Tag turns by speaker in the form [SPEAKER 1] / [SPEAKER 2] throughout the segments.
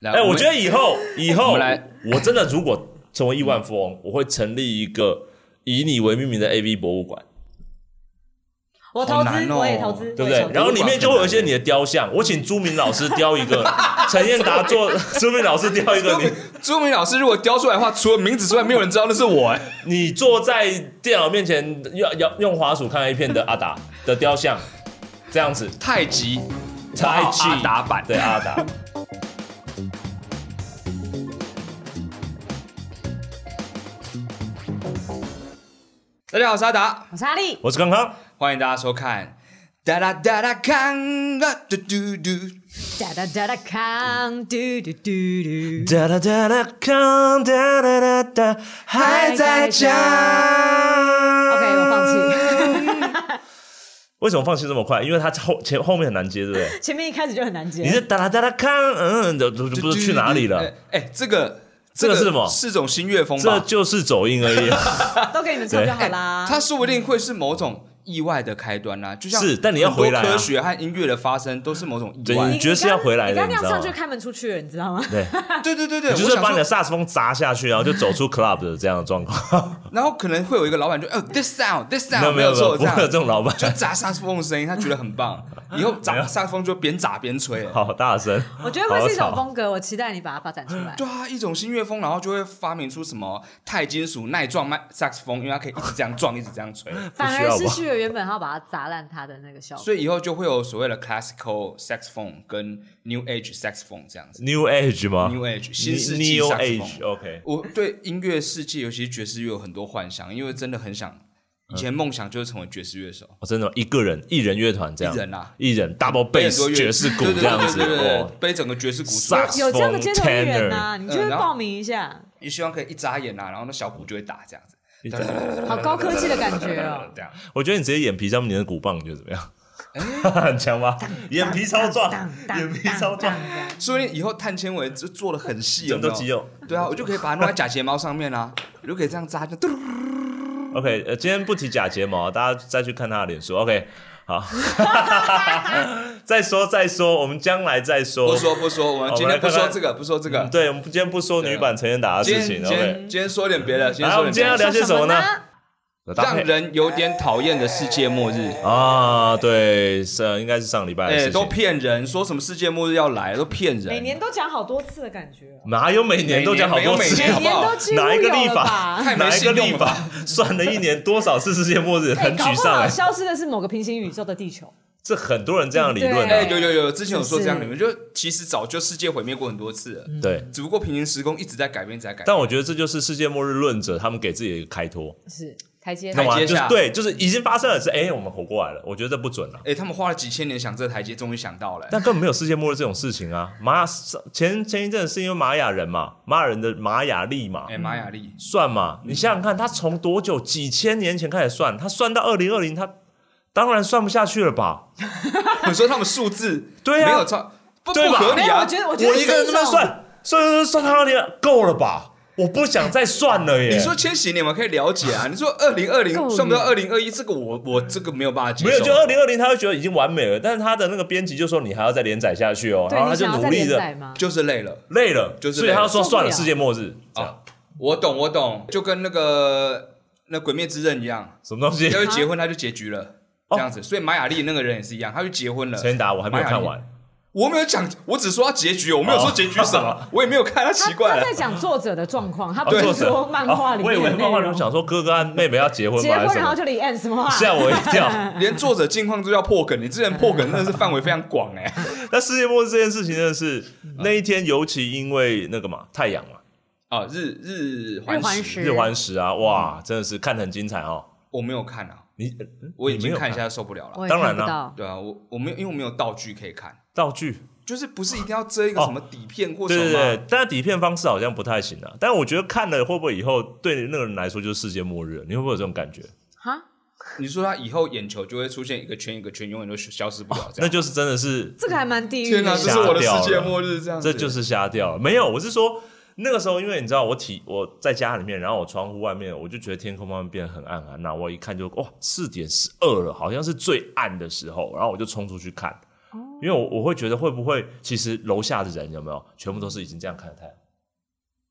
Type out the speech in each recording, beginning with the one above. [SPEAKER 1] 来，
[SPEAKER 2] 啊
[SPEAKER 3] 哎，我觉
[SPEAKER 1] 得
[SPEAKER 3] 得以后以
[SPEAKER 1] 我
[SPEAKER 3] 后
[SPEAKER 1] 们来，
[SPEAKER 3] 我真的如果成为亿万富翁，我会成立一个以你为命名的 A V 博物馆，
[SPEAKER 4] 我投
[SPEAKER 1] 好
[SPEAKER 4] 资
[SPEAKER 1] 难，哦
[SPEAKER 4] 我也投资，
[SPEAKER 3] 对不
[SPEAKER 4] 我也
[SPEAKER 3] 对
[SPEAKER 4] 投？资
[SPEAKER 3] 然后里面就会有一些你的雕像，我请朱明老师雕一个，陈彦达做朱明老师雕一个你。
[SPEAKER 2] 朱明老师如果雕出来的话，除了名字之外，没有人知道那是我。哎，
[SPEAKER 3] 你坐在电脑面前要要用滑鼠看 A 片的阿达的雕像，这样子，
[SPEAKER 2] 太极，
[SPEAKER 3] 太
[SPEAKER 2] 哇
[SPEAKER 3] 极
[SPEAKER 2] 阿达版，
[SPEAKER 3] 对阿达。
[SPEAKER 2] 大家好，我是阿达，
[SPEAKER 4] 我是阿力，
[SPEAKER 3] 我是康康，
[SPEAKER 2] 欢迎大家收看。哒哒哒哒看啊嘟嘟嘟，
[SPEAKER 4] 哒哒哒哒康，嘟嘟嘟嘟，
[SPEAKER 3] 哒哒哒哒康哒哒哒哒，
[SPEAKER 4] 还在家 OK，我放弃。
[SPEAKER 3] 为什么放弃这么快？因为他后前后面很难接，对不对？
[SPEAKER 4] 前面一开始就很难接。
[SPEAKER 3] 你是哒啦哒啦康，嗯，都都都不知道去哪里了
[SPEAKER 2] 哎。？哎，这个
[SPEAKER 3] 这个是什么
[SPEAKER 2] 是种新乐风
[SPEAKER 3] 这
[SPEAKER 2] 吧？
[SPEAKER 3] 就是走音而已，
[SPEAKER 4] 都给你们唱就好啦。
[SPEAKER 2] 它说不定会是某种意外的开端啦、就像
[SPEAKER 3] 是但你要
[SPEAKER 2] 很多
[SPEAKER 3] 回来啊
[SPEAKER 2] 科学和音乐的发生都是某种意
[SPEAKER 3] 对
[SPEAKER 2] 外
[SPEAKER 3] 你。觉得是要回来的
[SPEAKER 4] 你刚
[SPEAKER 3] 你
[SPEAKER 4] 刚那
[SPEAKER 3] 知道
[SPEAKER 4] 样
[SPEAKER 3] 吗
[SPEAKER 4] 唱就开门出去了，你 知道吗？
[SPEAKER 3] 对，
[SPEAKER 2] 对对对对，
[SPEAKER 3] 就
[SPEAKER 2] 我
[SPEAKER 3] 是
[SPEAKER 2] 想
[SPEAKER 3] 把你
[SPEAKER 2] 说
[SPEAKER 3] 的萨克斯风砸下去，然后就走出 club 的这样的状况。
[SPEAKER 2] 然后可能会有一个老板就，哦，this sound this
[SPEAKER 3] 没
[SPEAKER 2] sound
[SPEAKER 3] 有 没
[SPEAKER 2] 啊有
[SPEAKER 3] 有没
[SPEAKER 2] 错，
[SPEAKER 3] 有，不
[SPEAKER 2] 这
[SPEAKER 3] 会有
[SPEAKER 2] 样
[SPEAKER 3] 这种老板，
[SPEAKER 2] 就砸萨克斯风的声音，他觉得很 棒。以后
[SPEAKER 3] 没
[SPEAKER 2] 砸
[SPEAKER 3] 有
[SPEAKER 2] 萨克斯风就边砸边吹。哎
[SPEAKER 3] 好大声。
[SPEAKER 4] 我觉得会是一
[SPEAKER 3] 好
[SPEAKER 4] 种
[SPEAKER 3] 吵
[SPEAKER 4] 风格，我期待你把它发展出来。
[SPEAKER 2] 对啊，一种新乐风，然后就会发明出什么钛金属耐撞麦萨克斯风，因为它可以一直这样撞，一直这样吹，
[SPEAKER 4] 反
[SPEAKER 3] 不需
[SPEAKER 4] 而
[SPEAKER 3] 要吧
[SPEAKER 4] 失去了原本要把它砸烂它的那个效果。
[SPEAKER 2] 所以以后就会有所谓的 classical saxophone 跟 new age saxophone 这样子
[SPEAKER 3] New Age 吗
[SPEAKER 2] new age 新世纪
[SPEAKER 3] 啊 New
[SPEAKER 2] 萨克斯风
[SPEAKER 3] Age OK。
[SPEAKER 2] 我对音乐世界，尤其是爵士乐有很多幻想，因为真的很想，以前梦想就是成为爵士乐手，
[SPEAKER 3] 哦，真的吗一个人一人乐团这样，
[SPEAKER 2] 一人啊
[SPEAKER 3] 一人 double
[SPEAKER 2] 背很多
[SPEAKER 3] bass
[SPEAKER 2] 乐
[SPEAKER 3] 爵士鼓
[SPEAKER 2] 对对
[SPEAKER 3] 这样子，
[SPEAKER 2] 对对对对
[SPEAKER 3] 哦，
[SPEAKER 2] 背整个爵士鼓出
[SPEAKER 3] 萨
[SPEAKER 2] 来
[SPEAKER 3] 克斯
[SPEAKER 4] 有这样的街头艺人
[SPEAKER 3] Tenor
[SPEAKER 4] 呐，你就
[SPEAKER 2] 嗯
[SPEAKER 4] 会
[SPEAKER 2] 然后
[SPEAKER 4] 报名一下，
[SPEAKER 2] 你希望可以一眨眼啊，然后那小鼓就会打这样子，
[SPEAKER 3] 呃
[SPEAKER 4] 好高科技的感觉哦。
[SPEAKER 2] 这样。
[SPEAKER 3] 我觉得你直接眼皮上面粘的鼓棒，你觉得怎么样？
[SPEAKER 2] 哎
[SPEAKER 3] 很强吧？ 眼皮超壮，眼皮超壮，
[SPEAKER 2] 说不定以后碳纤维就做的很细，有
[SPEAKER 3] 这么
[SPEAKER 2] 没
[SPEAKER 3] 多
[SPEAKER 2] 有
[SPEAKER 3] 肌肉。
[SPEAKER 2] 对啊，我就可以把它弄在假睫毛上面 啊，我就可以这样扎，就嘟噜
[SPEAKER 3] OK，呃，今天不提假睫毛，大家再去看他的脸书。OK，好， 再说再说，我们将来再说。
[SPEAKER 2] 不说不说，我们
[SPEAKER 3] 哦
[SPEAKER 2] 今天不说这个，不说这
[SPEAKER 3] 嗯
[SPEAKER 2] 个。
[SPEAKER 3] 对，我们今天不说女版陈彦达的
[SPEAKER 2] 今
[SPEAKER 3] 事
[SPEAKER 2] 天
[SPEAKER 3] 情。
[SPEAKER 2] 啊今
[SPEAKER 3] OK，
[SPEAKER 2] 天今天说点别的，今天
[SPEAKER 3] 来，我
[SPEAKER 2] 说
[SPEAKER 3] 们
[SPEAKER 2] 点别
[SPEAKER 3] 今天要
[SPEAKER 2] 的，
[SPEAKER 3] 聊些什么呢？搭
[SPEAKER 2] 让
[SPEAKER 3] 配
[SPEAKER 2] 人有点讨厌的世界末日。
[SPEAKER 3] 啊，对，是呃应该是上礼拜的事
[SPEAKER 2] 哎、
[SPEAKER 3] 情。
[SPEAKER 2] 都骗人，说什么世界末日要来，都骗人。
[SPEAKER 4] 每年都讲好多次的感觉哦，
[SPEAKER 3] 哪嗯有每年都讲好多次？
[SPEAKER 2] 每
[SPEAKER 4] 每年 都几乎
[SPEAKER 3] 哪一个
[SPEAKER 4] 有
[SPEAKER 3] 立
[SPEAKER 4] 了
[SPEAKER 3] 法
[SPEAKER 4] 吧？？
[SPEAKER 2] 太
[SPEAKER 3] 哪
[SPEAKER 2] 没
[SPEAKER 3] 一个
[SPEAKER 2] 信用
[SPEAKER 3] 立
[SPEAKER 2] 了
[SPEAKER 3] 法
[SPEAKER 2] 吧？
[SPEAKER 3] 算了一年多少次世界 末日，
[SPEAKER 4] 哎
[SPEAKER 3] 很
[SPEAKER 4] 搞
[SPEAKER 3] 沮
[SPEAKER 4] 不
[SPEAKER 3] 丧
[SPEAKER 4] 好
[SPEAKER 3] 哎。
[SPEAKER 4] 消失的是某个平行宇宙的地球，
[SPEAKER 3] 这很多人这样理论
[SPEAKER 2] 哎、
[SPEAKER 4] 对
[SPEAKER 3] 啊，
[SPEAKER 2] 有有有，之前有说这样，
[SPEAKER 4] 是
[SPEAKER 2] 你们就其实早就世界毁灭过很多次了，
[SPEAKER 3] 对。
[SPEAKER 2] 只不过平行时空一直在改变，一直在改变。
[SPEAKER 3] 但我觉得这就是世界末日论者他们给自己的一个开脱，
[SPEAKER 4] 是台阶
[SPEAKER 3] 懂
[SPEAKER 2] 台
[SPEAKER 3] 吗？
[SPEAKER 2] 阶
[SPEAKER 3] 啊就是
[SPEAKER 2] 下
[SPEAKER 3] 对，就是已经发生了，是哎，我们活过来了。我觉得这不准啊，
[SPEAKER 2] 哎、他们花了几千年想这台阶，终于想到了、
[SPEAKER 3] 但根本没有世界末日这种事情啊。玛雅前前一阵是因为玛雅人嘛，玛雅人的玛雅历嘛
[SPEAKER 2] 哎、，玛雅历，
[SPEAKER 3] 算嘛，你想想看，他从多久几千年前开始算，他算到二零二零，他当然算不下去了吧？
[SPEAKER 2] 你说他们数字
[SPEAKER 3] 对啊
[SPEAKER 2] 没有超不
[SPEAKER 3] 对
[SPEAKER 2] 不
[SPEAKER 3] 吧
[SPEAKER 2] 合理
[SPEAKER 4] 没有，
[SPEAKER 2] 啊
[SPEAKER 4] 我觉。得我觉得
[SPEAKER 3] 我一个人这
[SPEAKER 4] 是
[SPEAKER 3] 么
[SPEAKER 4] 种
[SPEAKER 3] 算，算算算到你够了吧？我不想再算了耶。
[SPEAKER 2] 你说千禧年我可以了解啊，你说二零二零
[SPEAKER 4] 够
[SPEAKER 2] 算不到
[SPEAKER 4] 远
[SPEAKER 2] 二零二一，这个我我这个没有办法接受。
[SPEAKER 3] 没有，就二零二零，他会觉得已经完美了，但是他的那个编辑就说你还要再连载下去哦，然
[SPEAKER 4] 对
[SPEAKER 3] 后
[SPEAKER 4] 你
[SPEAKER 3] 他就
[SPEAKER 4] 想要
[SPEAKER 3] 努
[SPEAKER 4] 再
[SPEAKER 3] 力
[SPEAKER 4] 连
[SPEAKER 3] 的
[SPEAKER 4] 载吗？
[SPEAKER 2] 就是累了
[SPEAKER 3] 累了，
[SPEAKER 2] 就是
[SPEAKER 3] 所以他就说
[SPEAKER 4] 累了
[SPEAKER 3] 算了，
[SPEAKER 4] 受不
[SPEAKER 3] 世
[SPEAKER 4] 了
[SPEAKER 3] 界末日这样
[SPEAKER 2] 啊！我懂我懂，就跟那个那《鬼灭之刃》一样，
[SPEAKER 3] 什么东西？
[SPEAKER 2] 要去结婚他就结局了，这样子。所以玛雅丽那个人也是一样，他去结婚了。
[SPEAKER 3] 哦陈达，我还没有看
[SPEAKER 2] 玛雅
[SPEAKER 3] 完
[SPEAKER 2] 历，，我没有讲，我只说他结局，我没有说结局什么，我也没有看，他
[SPEAKER 4] 他
[SPEAKER 2] 奇怪
[SPEAKER 4] 他
[SPEAKER 2] 了
[SPEAKER 4] 在。讲作者的状况，他不
[SPEAKER 3] 哦
[SPEAKER 4] 是
[SPEAKER 3] 作者
[SPEAKER 4] 说漫画里
[SPEAKER 3] 哦我以
[SPEAKER 4] 面
[SPEAKER 3] 为
[SPEAKER 4] 的
[SPEAKER 3] 漫画
[SPEAKER 4] 内
[SPEAKER 3] 中
[SPEAKER 4] 容。
[SPEAKER 3] 想说哥哥和妹妹要结婚
[SPEAKER 4] 结
[SPEAKER 3] 吧，还
[SPEAKER 4] 婚
[SPEAKER 3] 是什
[SPEAKER 4] 然后
[SPEAKER 3] 么？啊
[SPEAKER 4] 就离 end 什么话？
[SPEAKER 3] 吓我一跳！
[SPEAKER 2] 连作者近况都要破梗，你之前破梗真的是范围非常广 哎、
[SPEAKER 3] 那世界末日这件事情真的是那一天，尤其因为那个嘛太阳嘛
[SPEAKER 2] 啊，日日
[SPEAKER 4] 日环
[SPEAKER 2] 环食，
[SPEAKER 4] 食，
[SPEAKER 3] 日环食啊，哇，真的是看得很精彩哦。
[SPEAKER 2] 我没有看啊，
[SPEAKER 3] 你
[SPEAKER 2] 我已
[SPEAKER 3] 你没
[SPEAKER 2] 经
[SPEAKER 3] 有
[SPEAKER 2] 看一下受不了了。
[SPEAKER 4] 我也
[SPEAKER 3] 当然
[SPEAKER 4] 看不
[SPEAKER 3] 啦
[SPEAKER 4] 到。
[SPEAKER 2] 对啊，我我没有，因为我没有道具可以看，
[SPEAKER 3] 道具，
[SPEAKER 2] 就是不是一定要遮一个
[SPEAKER 3] 哦
[SPEAKER 2] 什么底片或什
[SPEAKER 3] 对
[SPEAKER 2] 么
[SPEAKER 3] 对
[SPEAKER 2] 啊。
[SPEAKER 3] 对，但是底片方式好像不太行啊。但我觉得看了会不会以后对那个人来说就是世界末日了？你会不会有这种感觉？
[SPEAKER 4] 哈，
[SPEAKER 2] 你说他以后眼球就会出现一个圈一个圈，永远都消失不了这
[SPEAKER 3] 那
[SPEAKER 2] 样。
[SPEAKER 3] 就是真的是，
[SPEAKER 4] 这个还蛮地 狱的。
[SPEAKER 2] 天哪、这是我的世界末日这样子。
[SPEAKER 3] 这就是瞎掉了。没有，我是说那个时候，因为你知道我体我在家里面，然后我窗户外面，我就觉得天空慢慢变得很暗很暗。那
[SPEAKER 4] 哦
[SPEAKER 3] 我一看就哇，四点十二了，好像是最暗的时候，然后我就冲出去看。因为我我会觉得会不会其实楼下的人有没有全部都是已经这样看着太阳？
[SPEAKER 4] 嗯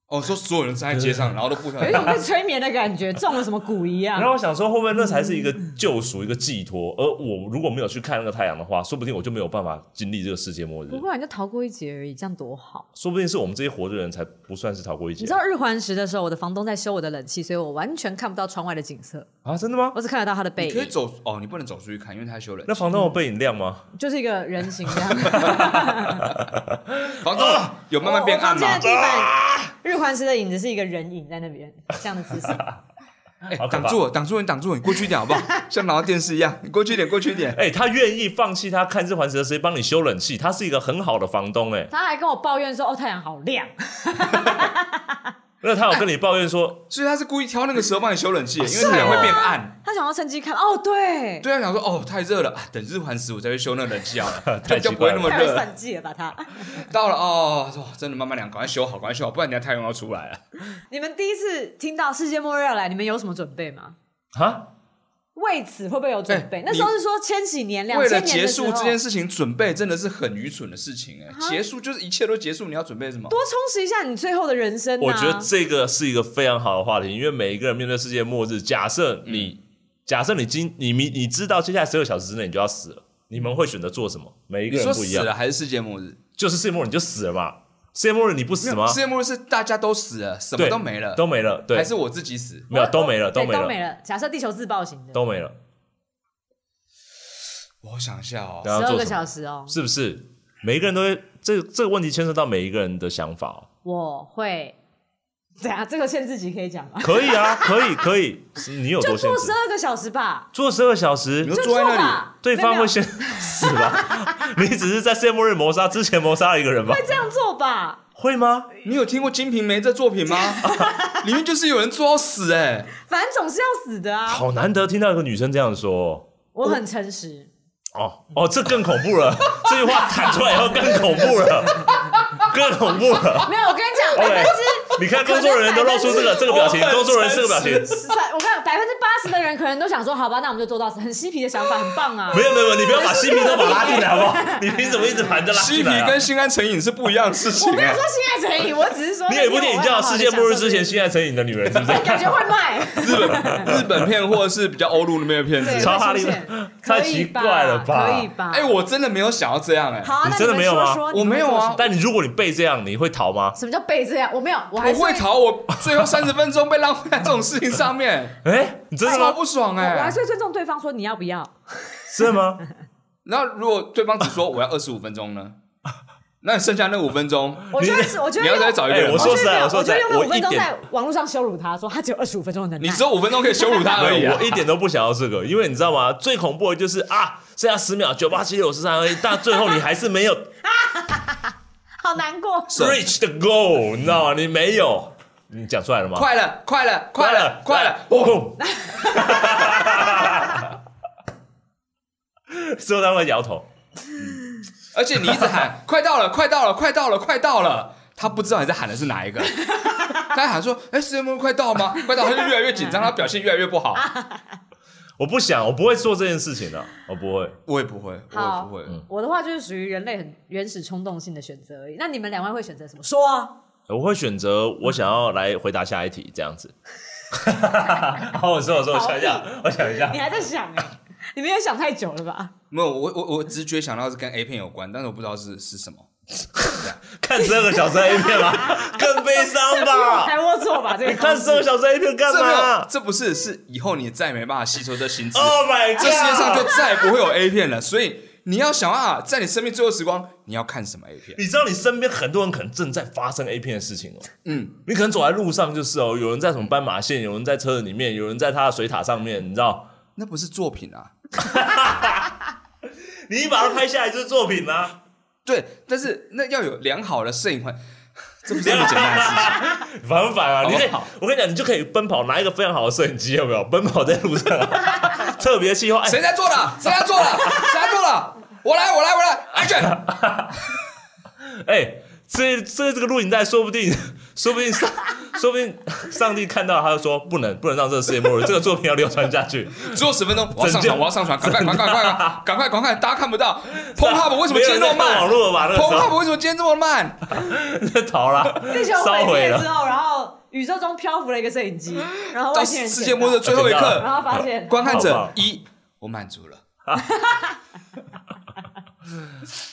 [SPEAKER 2] 哦，说所有人站在街上，然后都不想
[SPEAKER 4] 有一种被催眠的感觉，中了什么蛊一样
[SPEAKER 3] 然。后我想说，会不会那才是一个救赎、一个寄托？而我如果没有去看那个太阳的话，说不定我就没有办法经历这个世界末日
[SPEAKER 4] 不。过你就逃过一劫而已，这样多好。
[SPEAKER 3] 说不定是我们这些活着的人才不算是逃过一
[SPEAKER 4] 你
[SPEAKER 3] 劫
[SPEAKER 4] 知道日环食的时候，我的房东在修我的冷气，所以我完全看不到窗外的景色，
[SPEAKER 3] 啊！真的吗？
[SPEAKER 4] 我只看得到他的背
[SPEAKER 2] 你可以
[SPEAKER 4] 影，
[SPEAKER 2] 走哦，你不能走出去看，因为他修人
[SPEAKER 3] 那。房东有背影亮吗？
[SPEAKER 4] 就是一个人形这样。
[SPEAKER 2] 房东
[SPEAKER 3] 啊
[SPEAKER 2] 有慢慢变暗
[SPEAKER 4] 我房间的
[SPEAKER 2] 吗？
[SPEAKER 4] 地板，日环食的影子是一个人影在那边，这样的 姿势。
[SPEAKER 2] 哎
[SPEAKER 3] 好可怕
[SPEAKER 2] 挡住我，挡住你，挡住我，你过去一点好不好？像拿到电视一样，你过去一点，过去一点。
[SPEAKER 3] 哎、他愿意放弃他看日环食的时间帮你修冷气，他是一个很好的房东哎、
[SPEAKER 4] 他还跟我抱怨说：“哦，太阳好亮。
[SPEAKER 3] 那他有跟你抱怨说，
[SPEAKER 2] 所以他是故意挑那个时候帮你修冷气，因为
[SPEAKER 3] 是啊
[SPEAKER 2] 太阳会变暗。”
[SPEAKER 4] 他想要趁机看。哦，对，
[SPEAKER 2] 对啊，想说哦，太热了，啊等日环食我再去修那冷气 好了，就
[SPEAKER 3] 太
[SPEAKER 2] 比较
[SPEAKER 3] 奇
[SPEAKER 2] 不会
[SPEAKER 3] 怪了
[SPEAKER 2] 那么
[SPEAKER 4] 太会
[SPEAKER 2] 热。
[SPEAKER 4] 算计了吧他？
[SPEAKER 2] 到了哦，哦真的慢慢凉，赶快修好，赶快修好，不然人家太阳要出来了。
[SPEAKER 4] 你们第一次听到世界末日要来，你们有什么准备吗？
[SPEAKER 3] 啊，
[SPEAKER 4] 为此会不会有准备？
[SPEAKER 2] 哎
[SPEAKER 4] 那时候是说千禧年、 两
[SPEAKER 2] 为了
[SPEAKER 4] 千年
[SPEAKER 2] 结
[SPEAKER 4] 的时
[SPEAKER 2] 束
[SPEAKER 4] 候，哦
[SPEAKER 2] 这件事情，准备真的是很愚蠢的事情哎、结束就是一切都结束，你要准备什么？
[SPEAKER 4] 多充实一下你最后的人生、啊。
[SPEAKER 3] 我觉得这个是一个非常好的话题，因为每一个人面对世界末日，假设
[SPEAKER 2] 嗯
[SPEAKER 3] 你、假设你今你明你知道接下来十二小时之内你就要死了，你们会选择做什么？每一
[SPEAKER 2] 你
[SPEAKER 3] 个
[SPEAKER 2] 说
[SPEAKER 3] 人不一
[SPEAKER 2] 死啊
[SPEAKER 3] 样，
[SPEAKER 2] 了还是世界末日？
[SPEAKER 3] 就是世界末日你就死了嘛，世界末日你不死吗？
[SPEAKER 2] 世界末日是大家都死了，什么
[SPEAKER 3] 对，
[SPEAKER 2] 都没了，
[SPEAKER 3] 都没了，对，
[SPEAKER 2] 还是我自己死？
[SPEAKER 3] 没有都没了，
[SPEAKER 4] 对
[SPEAKER 3] 没
[SPEAKER 4] 都
[SPEAKER 3] 了，
[SPEAKER 4] 没了。假设地球自爆型的，
[SPEAKER 3] 都没了，
[SPEAKER 2] 我想一下哦，
[SPEAKER 3] 然后
[SPEAKER 4] 十二
[SPEAKER 3] 做
[SPEAKER 4] 个
[SPEAKER 3] 什么
[SPEAKER 4] 小？时哦，
[SPEAKER 3] 是不是每一个人都会？这这个问题牵涉到每一个人的想法、哦，
[SPEAKER 4] 我会。怎样？这个限制级可以讲吗？
[SPEAKER 3] 可以啊，可以，可以，你有
[SPEAKER 4] 就
[SPEAKER 3] 多限
[SPEAKER 4] 做
[SPEAKER 3] 制
[SPEAKER 4] 十？二个小时吧，
[SPEAKER 3] 做十二小时，
[SPEAKER 2] 你
[SPEAKER 4] 就
[SPEAKER 2] 就坐在那里
[SPEAKER 4] 吧。
[SPEAKER 3] 对
[SPEAKER 4] 没
[SPEAKER 3] 方
[SPEAKER 4] 有
[SPEAKER 3] 会先 死吧？你只是在世界末日谋杀之前谋杀了一个人吧？
[SPEAKER 4] 会这样做吧？
[SPEAKER 3] 会吗？
[SPEAKER 2] 你有听过《金瓶梅》这作 品吗？里面就是有人做到死哎、
[SPEAKER 4] 反正总是要死的啊！
[SPEAKER 3] 好难得听到一个女生这样说哦
[SPEAKER 4] 我很诚实，
[SPEAKER 3] 哦哦，这更恐怖了！ 这句话弹出来以后更恐怖了， 更恐怖了。
[SPEAKER 4] 没有。我跟你讲，百
[SPEAKER 3] OK，
[SPEAKER 4] 分之
[SPEAKER 3] 你看工作人员都露出这个这个表情，工作人员是这个表情。
[SPEAKER 4] 十三，我看百分之八十的人可能都想说，好吧，那我们就做到死，很嬉皮的想法，很棒啊。
[SPEAKER 3] 没有没有，没有你不要把西皮都把拉进来好不好？你凭什么一直盘着拉
[SPEAKER 2] 嬉
[SPEAKER 3] 进
[SPEAKER 2] 皮
[SPEAKER 3] 来、啊
[SPEAKER 2] 跟？心安成瘾是不一样的事情
[SPEAKER 4] 我没
[SPEAKER 2] 哎、
[SPEAKER 4] 有说心爱成瘾，我只是说
[SPEAKER 3] 你有一部电影叫《世界末日之前》，心爱成瘾的女人，是不是？
[SPEAKER 4] 感觉会卖。
[SPEAKER 2] 日 本日本片或者是比较欧陆那边的片
[SPEAKER 4] 对
[SPEAKER 2] 子。
[SPEAKER 3] 超哈利
[SPEAKER 4] 会出现
[SPEAKER 3] 太
[SPEAKER 4] 可以
[SPEAKER 3] 奇怪了吧
[SPEAKER 4] 可以吧？
[SPEAKER 2] 哎、我真的没有想要这样哎、
[SPEAKER 4] 好，那
[SPEAKER 3] 你真的
[SPEAKER 4] 们
[SPEAKER 3] 没有
[SPEAKER 4] 说
[SPEAKER 3] 吗
[SPEAKER 4] 说
[SPEAKER 2] 我没有啊
[SPEAKER 4] 你们做什么
[SPEAKER 3] 但你如果你被这样，你会逃吗？
[SPEAKER 4] 什么叫被这样？我没有，我还
[SPEAKER 2] 我
[SPEAKER 4] 是
[SPEAKER 2] 会逃，我最后三十分钟被浪费在这种事情上 面，
[SPEAKER 3] 哎、你真的
[SPEAKER 2] 超
[SPEAKER 3] 吗？
[SPEAKER 2] 不爽
[SPEAKER 4] 我
[SPEAKER 2] 哎、
[SPEAKER 4] 我还是会尊重对方说你要不要。
[SPEAKER 3] 是吗？
[SPEAKER 2] 然后如果对方只说我要二十五分钟呢， 那你剩下那五分钟，
[SPEAKER 4] 我觉得是，我觉得
[SPEAKER 2] 你要再找一个人
[SPEAKER 3] 哎
[SPEAKER 2] 吗。
[SPEAKER 3] 我说
[SPEAKER 4] 我觉
[SPEAKER 3] 实在
[SPEAKER 4] 得
[SPEAKER 3] 我说实在
[SPEAKER 4] 觉得用
[SPEAKER 3] 我
[SPEAKER 4] 五分钟
[SPEAKER 3] 一点
[SPEAKER 4] 在网络上羞辱他，说他只有二十五分钟的能
[SPEAKER 2] 你
[SPEAKER 4] 耐。
[SPEAKER 2] 只有五分钟可以羞辱他而已、
[SPEAKER 3] 对，
[SPEAKER 2] 啊
[SPEAKER 3] 我。一点都不想要这个，因为你知道吗？最恐怖的就是啊，剩下十秒，九八七六四三二一，但最后你还是没 有
[SPEAKER 4] 好难过，
[SPEAKER 3] reach the goal，你知道吗？你没有，你讲出来了吗？
[SPEAKER 2] 快了，快了，快了，快了！哦，
[SPEAKER 3] 哦！所有单位摇头，
[SPEAKER 2] 而且你一直 喊，快到了，快到了，快到了，快到了，他不知道你在喊的是哪一 个。他喊说：“哎，时间末日快到吗？ 快到！”他就越来越紧张，他表现越来越不好。
[SPEAKER 3] 我不想，我不会做这件事情的，我不会。
[SPEAKER 2] 我也不会，我也
[SPEAKER 4] 好
[SPEAKER 2] 不会。
[SPEAKER 4] 我的话就是属于人类很原始冲动性的选择而已。那你们两位会选择 什么？说啊，
[SPEAKER 3] 我会选择我想要来回答下一题，这样子。 好，我说，我说，我想一下，我想一下
[SPEAKER 4] 你。还在想哎、你们也想太久了吧？
[SPEAKER 2] 没有，我我我直觉想到是跟 A 片有关，但是我不知道是是什么。
[SPEAKER 3] 看十二个小时的 A 片 吗？更悲伤
[SPEAKER 4] 这比我还
[SPEAKER 3] 吧！
[SPEAKER 4] 龌龊吧？这个
[SPEAKER 3] 你看十二个小时的 A 片干
[SPEAKER 2] 这没
[SPEAKER 3] 嘛
[SPEAKER 2] 有，这不是，是以后你再也没办法吸收这薪资。
[SPEAKER 3] ？Oh my god！
[SPEAKER 2] 这世界上就再也不会有 A 片了。所以你要想办法，在你生命最后时光，你要看什么 A 片？
[SPEAKER 3] 你知道你身边很多人可能正在发生 A 片的事情哦。
[SPEAKER 2] 嗯，
[SPEAKER 3] 你可能走在路上就是哦，有人在什么斑马线，有人在车子里面，有人在他的水塔上面，你知道？
[SPEAKER 2] 那不是作品啊。
[SPEAKER 3] 你一把它拍下来就是作品啦、啊。
[SPEAKER 2] 对，但是那要有良好的摄影环，这不是那么简单的事情。
[SPEAKER 3] 反不反啊？
[SPEAKER 2] 好
[SPEAKER 3] 你
[SPEAKER 2] 不
[SPEAKER 3] 可以
[SPEAKER 2] 好，
[SPEAKER 3] 我跟你讲，你就可以奔跑，拿一个非常好的摄影机，有没有？奔跑在路上、 特别气候，哎、
[SPEAKER 2] 谁在做的？谁在做的？谁在做的？我来，我来，我来，action！
[SPEAKER 3] 哎、这这这个录影带说不定说不定上，说不定上帝看到他就说不能不能让这个世界末日，这个作品要流传下去。
[SPEAKER 2] 只有十分钟，我要上传，
[SPEAKER 3] 拯救
[SPEAKER 2] 我要上传，赶快， 赶快，赶快，赶快赶快，赶快，大家看不到。p o p u b 为什么今
[SPEAKER 3] 没有
[SPEAKER 2] 天
[SPEAKER 3] 人
[SPEAKER 2] 这么
[SPEAKER 3] 在啊看网
[SPEAKER 2] 慢
[SPEAKER 3] 络吧？
[SPEAKER 2] p
[SPEAKER 3] 那个时
[SPEAKER 2] o p u
[SPEAKER 3] 候
[SPEAKER 2] b 为什么今天这么慢？
[SPEAKER 3] 就 逃了，
[SPEAKER 4] 地球
[SPEAKER 3] 烧
[SPEAKER 4] 毁
[SPEAKER 3] 毁
[SPEAKER 4] 灭
[SPEAKER 3] 了
[SPEAKER 4] 之。后，然后宇宙中漂浮了一个摄 影机，然后
[SPEAKER 2] 到
[SPEAKER 4] 外星人
[SPEAKER 2] 世
[SPEAKER 4] 捡
[SPEAKER 2] 界末日
[SPEAKER 4] 到
[SPEAKER 2] 的最后一刻
[SPEAKER 4] 然，后发现
[SPEAKER 2] 观看
[SPEAKER 3] 好
[SPEAKER 2] 者
[SPEAKER 3] 棒
[SPEAKER 2] 一，我满足了，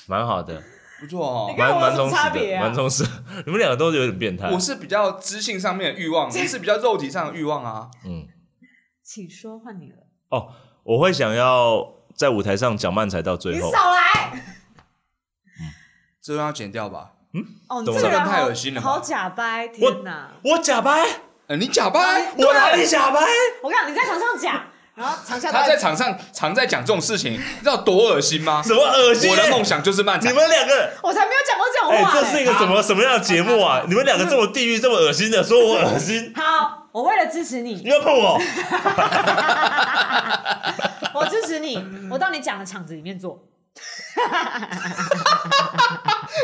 [SPEAKER 3] 蛮好的，
[SPEAKER 2] 不错哦
[SPEAKER 4] 你。看
[SPEAKER 3] 蛮
[SPEAKER 4] 我有
[SPEAKER 3] 蛮
[SPEAKER 4] 什
[SPEAKER 3] 充
[SPEAKER 4] 么
[SPEAKER 3] 实
[SPEAKER 4] 差别
[SPEAKER 3] 的，
[SPEAKER 4] 啊
[SPEAKER 3] 蛮充实。你们两个都有点变态
[SPEAKER 2] 我。是比较知性上面的欲望，你是比较肉体上的欲望啊。
[SPEAKER 3] 嗯，
[SPEAKER 4] 请说换你了，
[SPEAKER 3] 哦，我会想要在舞台上讲慢才到
[SPEAKER 4] 你
[SPEAKER 3] 最后。
[SPEAKER 4] 少来！
[SPEAKER 2] 这段要剪掉吧？
[SPEAKER 4] 哦，你
[SPEAKER 3] 懂
[SPEAKER 4] 这个
[SPEAKER 3] 了
[SPEAKER 4] 人
[SPEAKER 2] 太
[SPEAKER 4] 好
[SPEAKER 2] 恶心了吧
[SPEAKER 4] 好假掰，天哪！
[SPEAKER 3] 我假掰，
[SPEAKER 2] 呃，你假掰，
[SPEAKER 3] 我哪里假掰？
[SPEAKER 4] 我跟你讲，你在场上讲，然后场下
[SPEAKER 2] 他
[SPEAKER 4] 都
[SPEAKER 2] 在场上常在讲这种事情，你知道多恶心吗？
[SPEAKER 3] 什么恶心？
[SPEAKER 2] 我的梦，想就是漫
[SPEAKER 3] 你
[SPEAKER 2] 展。
[SPEAKER 3] 们两个。
[SPEAKER 4] 我才没有讲过这种
[SPEAKER 3] 哎、
[SPEAKER 4] 话、
[SPEAKER 3] 这是一个什么什么样的节目啊？你们两个这么地狱、这么恶心的，说我恶心，
[SPEAKER 4] 好，我为了支持
[SPEAKER 3] 你
[SPEAKER 4] 你，
[SPEAKER 3] 要碰我？
[SPEAKER 4] 我支持你，我到你讲的场子里面坐。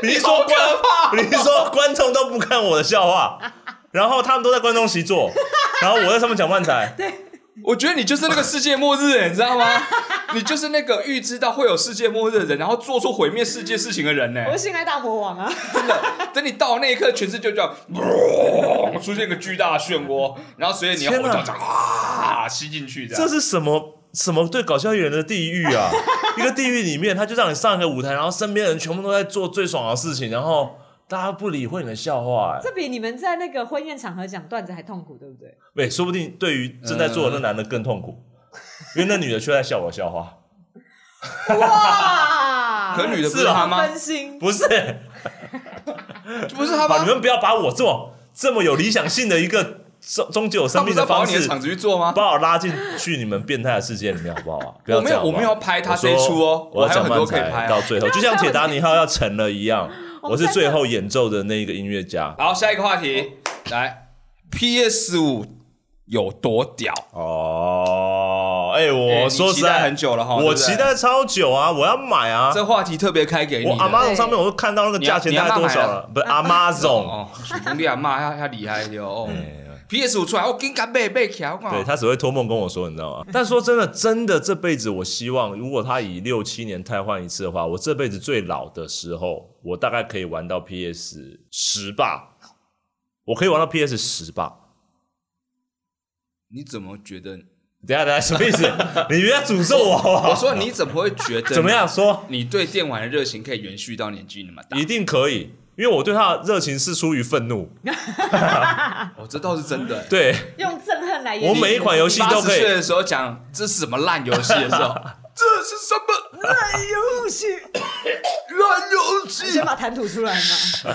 [SPEAKER 3] 你是说观， 你是说观众都不看我的笑话，然后他们都在观众席坐，然后我在上面讲漫才，
[SPEAKER 2] 我觉得你就是那个世界末日，你知 道吗？你就是那个预知到会有世界末日的人，然后做出毁灭世界事情的人呢。
[SPEAKER 3] 哎
[SPEAKER 4] 我是性爱大魔王啊！
[SPEAKER 2] 真的，等你到那一刻，全世界就这 样嗡出现一个巨大的漩涡，然后随着你的
[SPEAKER 3] 天
[SPEAKER 2] 火
[SPEAKER 3] 哪
[SPEAKER 2] 脚这样啊吸进去，这
[SPEAKER 3] 这
[SPEAKER 2] 样。
[SPEAKER 3] 是什么什么对搞笑艺人的地狱啊？一个地狱里面，他就让你上一个舞台，然后身边的人全部都在做最爽的事情，然后大家不理会你的笑话、哎，
[SPEAKER 4] 这比你们在那个婚宴场合讲段子还痛苦，对 不对？
[SPEAKER 3] 喂、说不定对于正在做的那男的更痛苦，因为那女的却在笑我的笑话，
[SPEAKER 4] 哇！
[SPEAKER 2] 可女的不
[SPEAKER 3] 是
[SPEAKER 2] 是
[SPEAKER 3] 啊
[SPEAKER 2] 他吗？
[SPEAKER 4] 分心，
[SPEAKER 3] 不是、
[SPEAKER 2] 不是他
[SPEAKER 3] 好，
[SPEAKER 2] 吗
[SPEAKER 3] 你？们不要把我这么这么有理想性的一个终终究有
[SPEAKER 2] 他
[SPEAKER 3] 生
[SPEAKER 2] 不
[SPEAKER 3] 命
[SPEAKER 2] 是要跑
[SPEAKER 3] 方
[SPEAKER 2] 到你的
[SPEAKER 3] 式，
[SPEAKER 2] 场子去做吗？
[SPEAKER 3] 把我拉进去你们变态的世界里面，好不好啊？不要
[SPEAKER 2] 我没
[SPEAKER 3] 这
[SPEAKER 2] 有
[SPEAKER 3] 样好不好
[SPEAKER 2] 我没有拍他这一出哦
[SPEAKER 3] 我说我要讲
[SPEAKER 2] 我还有很多
[SPEAKER 3] 漫
[SPEAKER 2] 可以拍
[SPEAKER 3] 才
[SPEAKER 2] 啊
[SPEAKER 3] 到最后，就像铁达尼号要沉了一样，
[SPEAKER 4] 我
[SPEAKER 3] 我
[SPEAKER 4] 们
[SPEAKER 3] 是
[SPEAKER 4] 在
[SPEAKER 3] 最后演奏的那个音乐家。
[SPEAKER 2] 好，下一个话题，来，PS 五有多屌？
[SPEAKER 3] 哦，哎，
[SPEAKER 2] 哎
[SPEAKER 3] 我
[SPEAKER 2] 你
[SPEAKER 3] 说实
[SPEAKER 2] 期待
[SPEAKER 3] 在
[SPEAKER 2] 很久了哈，
[SPEAKER 3] 我
[SPEAKER 2] 对不对
[SPEAKER 3] 期待超久啊，我要买啊！
[SPEAKER 2] 这话题特别开给你
[SPEAKER 3] 我
[SPEAKER 2] 的。
[SPEAKER 3] 阿妈上面我都看到那个价钱
[SPEAKER 2] 你要
[SPEAKER 3] 大概多少
[SPEAKER 2] 你要
[SPEAKER 3] 了，不是阿妈总，
[SPEAKER 2] 哦，手工店骂他他厉害的 哦。
[SPEAKER 3] 哎
[SPEAKER 2] PS 五出来，我跟敢背背起来，我
[SPEAKER 3] 对
[SPEAKER 2] 讲
[SPEAKER 3] 他只会托梦跟我说，你知道吗？但说真的，真的这辈子，我希望如果他以六七年汰换一次的话，我这辈子最老的时候，我大概可以玩到 PS 十吧，我可以玩到 PS 十吧。
[SPEAKER 2] 你怎么觉得？
[SPEAKER 3] 等一下等一下，什么意思？ 你别诅咒我好不好？
[SPEAKER 2] 我说你怎么会觉得？
[SPEAKER 3] 怎么？样说？
[SPEAKER 2] 你对电玩的热情可以延续到年纪那么大
[SPEAKER 3] 一？定可以，因为我对他的热情是出于愤怒。
[SPEAKER 2] 哦，这倒是真的。
[SPEAKER 3] 对
[SPEAKER 4] 用憎恨来演。
[SPEAKER 3] 我每一款游戏
[SPEAKER 2] 八
[SPEAKER 3] 都
[SPEAKER 2] 十
[SPEAKER 3] 可以
[SPEAKER 2] 岁的时候讲这是什么烂游戏的时 候，这是什么
[SPEAKER 4] 游戏，
[SPEAKER 2] 烂游
[SPEAKER 4] 你
[SPEAKER 2] 戏
[SPEAKER 4] 哎先？把痰吐出来嘛。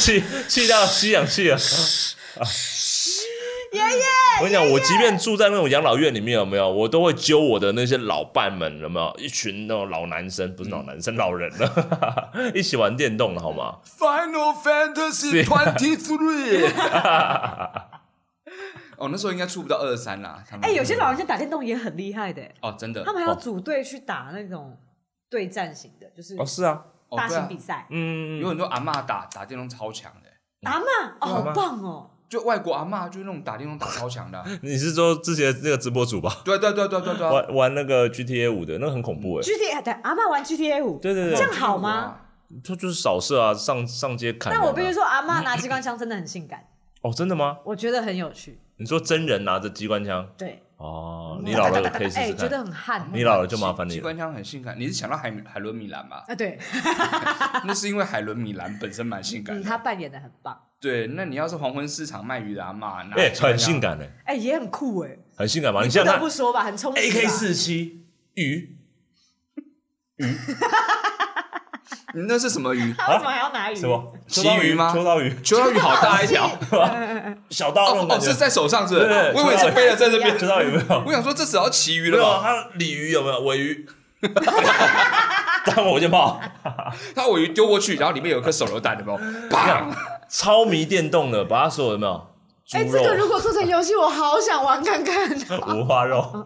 [SPEAKER 3] 气气到吸氧气了。
[SPEAKER 4] 爷爷，
[SPEAKER 3] 我跟你讲，我即便住在那种养老院里面，有没有，我都会揪我的那些老伴们，有没有，一群那种老男生，不是老男生，老人 了，一起玩电动了，好吗？
[SPEAKER 2] Final Fantasy Twenty Three。哦，那时候应该出不到二三啦。他们
[SPEAKER 4] 哎、有些老人家打电动也很厉害的、欸
[SPEAKER 2] 哦，真的
[SPEAKER 4] 他们还要组队去打那种对战型的，就是
[SPEAKER 3] 哦，是啊，
[SPEAKER 2] 哦
[SPEAKER 4] 大
[SPEAKER 2] 对
[SPEAKER 4] 型
[SPEAKER 2] 啊
[SPEAKER 4] 比，赛。
[SPEAKER 3] 嗯
[SPEAKER 2] 有，很多阿嬷打打电动超强的，
[SPEAKER 4] 阿嬷
[SPEAKER 3] 啊
[SPEAKER 4] 哦，好棒哦！
[SPEAKER 2] 就外国阿嬷就是那种打电动打超强的 啊。
[SPEAKER 3] 你是说之前那个直播主吧？
[SPEAKER 2] 对对对对对对啊，
[SPEAKER 3] 玩玩那个 GTA 五的，那个很恐怖哎、
[SPEAKER 4] GTA 对阿妈玩 GTA 五，
[SPEAKER 3] 对对对
[SPEAKER 4] 这样好吗？？
[SPEAKER 3] 就就是扫射啊，上上街砍人
[SPEAKER 4] 但
[SPEAKER 3] 啊、
[SPEAKER 4] 我必须说，阿妈拿机关枪真的很性感，
[SPEAKER 3] 哦，真的吗？
[SPEAKER 4] 我觉得很有趣。
[SPEAKER 3] 你说真人拿着机关枪
[SPEAKER 4] 对，
[SPEAKER 3] 哦，你老了可以试
[SPEAKER 4] 哎、
[SPEAKER 3] 试
[SPEAKER 4] 觉
[SPEAKER 3] 看。
[SPEAKER 4] 得很悍
[SPEAKER 3] 你老了就麻烦
[SPEAKER 2] 机
[SPEAKER 3] 你
[SPEAKER 2] 机
[SPEAKER 3] 了。
[SPEAKER 2] 关枪很性感，你是想到海海伦米兰 吧？
[SPEAKER 4] 啊！对，
[SPEAKER 2] 那是因为海伦米兰本身蛮性感
[SPEAKER 4] 嗯，
[SPEAKER 2] 的。
[SPEAKER 4] 他扮演的很棒，
[SPEAKER 2] 对，那你要是黄昏市场卖鱼的 阿嬷，拿
[SPEAKER 3] 哎、
[SPEAKER 2] 机关枪
[SPEAKER 3] 很性感哎、
[SPEAKER 4] 哎、也很酷哎、
[SPEAKER 3] 很性感吧？你
[SPEAKER 4] 不
[SPEAKER 3] 想
[SPEAKER 4] 得
[SPEAKER 3] 想
[SPEAKER 4] 不
[SPEAKER 3] 看哎
[SPEAKER 4] 说吧，很啊冲击吧。
[SPEAKER 3] ，AK
[SPEAKER 2] 啊
[SPEAKER 3] 四七鱼，
[SPEAKER 2] 你那是什么鱼？
[SPEAKER 4] 他为什么还要拿鱼？
[SPEAKER 3] 啊什么
[SPEAKER 2] 旗
[SPEAKER 3] 秋刀
[SPEAKER 2] 鱼吗
[SPEAKER 3] 秋刀鱼，
[SPEAKER 2] 秋刀鱼好大一条，
[SPEAKER 3] 小刀那
[SPEAKER 2] 哦
[SPEAKER 3] 种感
[SPEAKER 2] 哦
[SPEAKER 3] 觉。
[SPEAKER 2] 是在手上是不是？
[SPEAKER 3] 对
[SPEAKER 2] 我以为是背了在这边。
[SPEAKER 3] 秋刀鱼有 没有？
[SPEAKER 2] 我想说这只要旗鱼
[SPEAKER 3] 没
[SPEAKER 2] 了
[SPEAKER 3] 有，
[SPEAKER 2] 吧？
[SPEAKER 3] 它鲤鱼有没有？尾鱼， 当我先泡，啊
[SPEAKER 2] 他尾鱼丢过去，然后里面有一颗手榴弹，有没有？砰！
[SPEAKER 3] 超迷电动的，把它所有有没有？猪
[SPEAKER 4] 哎、
[SPEAKER 3] 肉、
[SPEAKER 4] 这个如果做成游戏，我好想玩看看。哦
[SPEAKER 3] 五花 肉，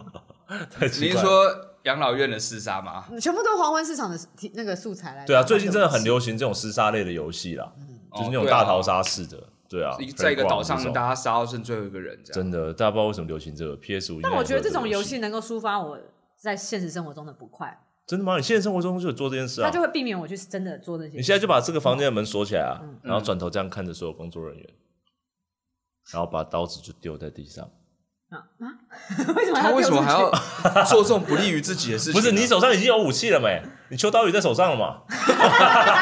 [SPEAKER 3] 太奇
[SPEAKER 2] 你是
[SPEAKER 3] 怪了
[SPEAKER 2] 说养老院的厮杀吗？
[SPEAKER 4] 全部都黄昏市场的题那个素材来。
[SPEAKER 3] 啊对啊，最近真的很流行这种厮杀类的游戏啦，就是那种
[SPEAKER 2] 对啊
[SPEAKER 3] 大逃杀式的。对啊
[SPEAKER 2] 一，在一个岛上
[SPEAKER 3] 推广这种
[SPEAKER 2] 大家杀到剩最后一个人这样。
[SPEAKER 3] 真的，大家不知道为什么流行这个 PS 五。
[SPEAKER 4] 但我觉得这种游戏能够抒发我在现实生活中的不快，
[SPEAKER 3] 真的吗？你现实生活中就有做这件事
[SPEAKER 4] 那
[SPEAKER 3] 啊
[SPEAKER 4] 就？会避免我去真的做那些。
[SPEAKER 3] 你现在就把这个房间的门锁起来啊，
[SPEAKER 4] 嗯
[SPEAKER 3] 然后
[SPEAKER 2] 嗯
[SPEAKER 3] 转头这样看着所有工作人员，然后把刀子就丢在地上。
[SPEAKER 4] 啊啊！为什么
[SPEAKER 2] 他为什么还
[SPEAKER 4] 丢
[SPEAKER 2] 要
[SPEAKER 4] 出
[SPEAKER 2] 做这种不利于自己的事情
[SPEAKER 3] 不
[SPEAKER 2] 呢？
[SPEAKER 3] 是你手上已经有武器了没？你秋刀鱼在手上了嘛？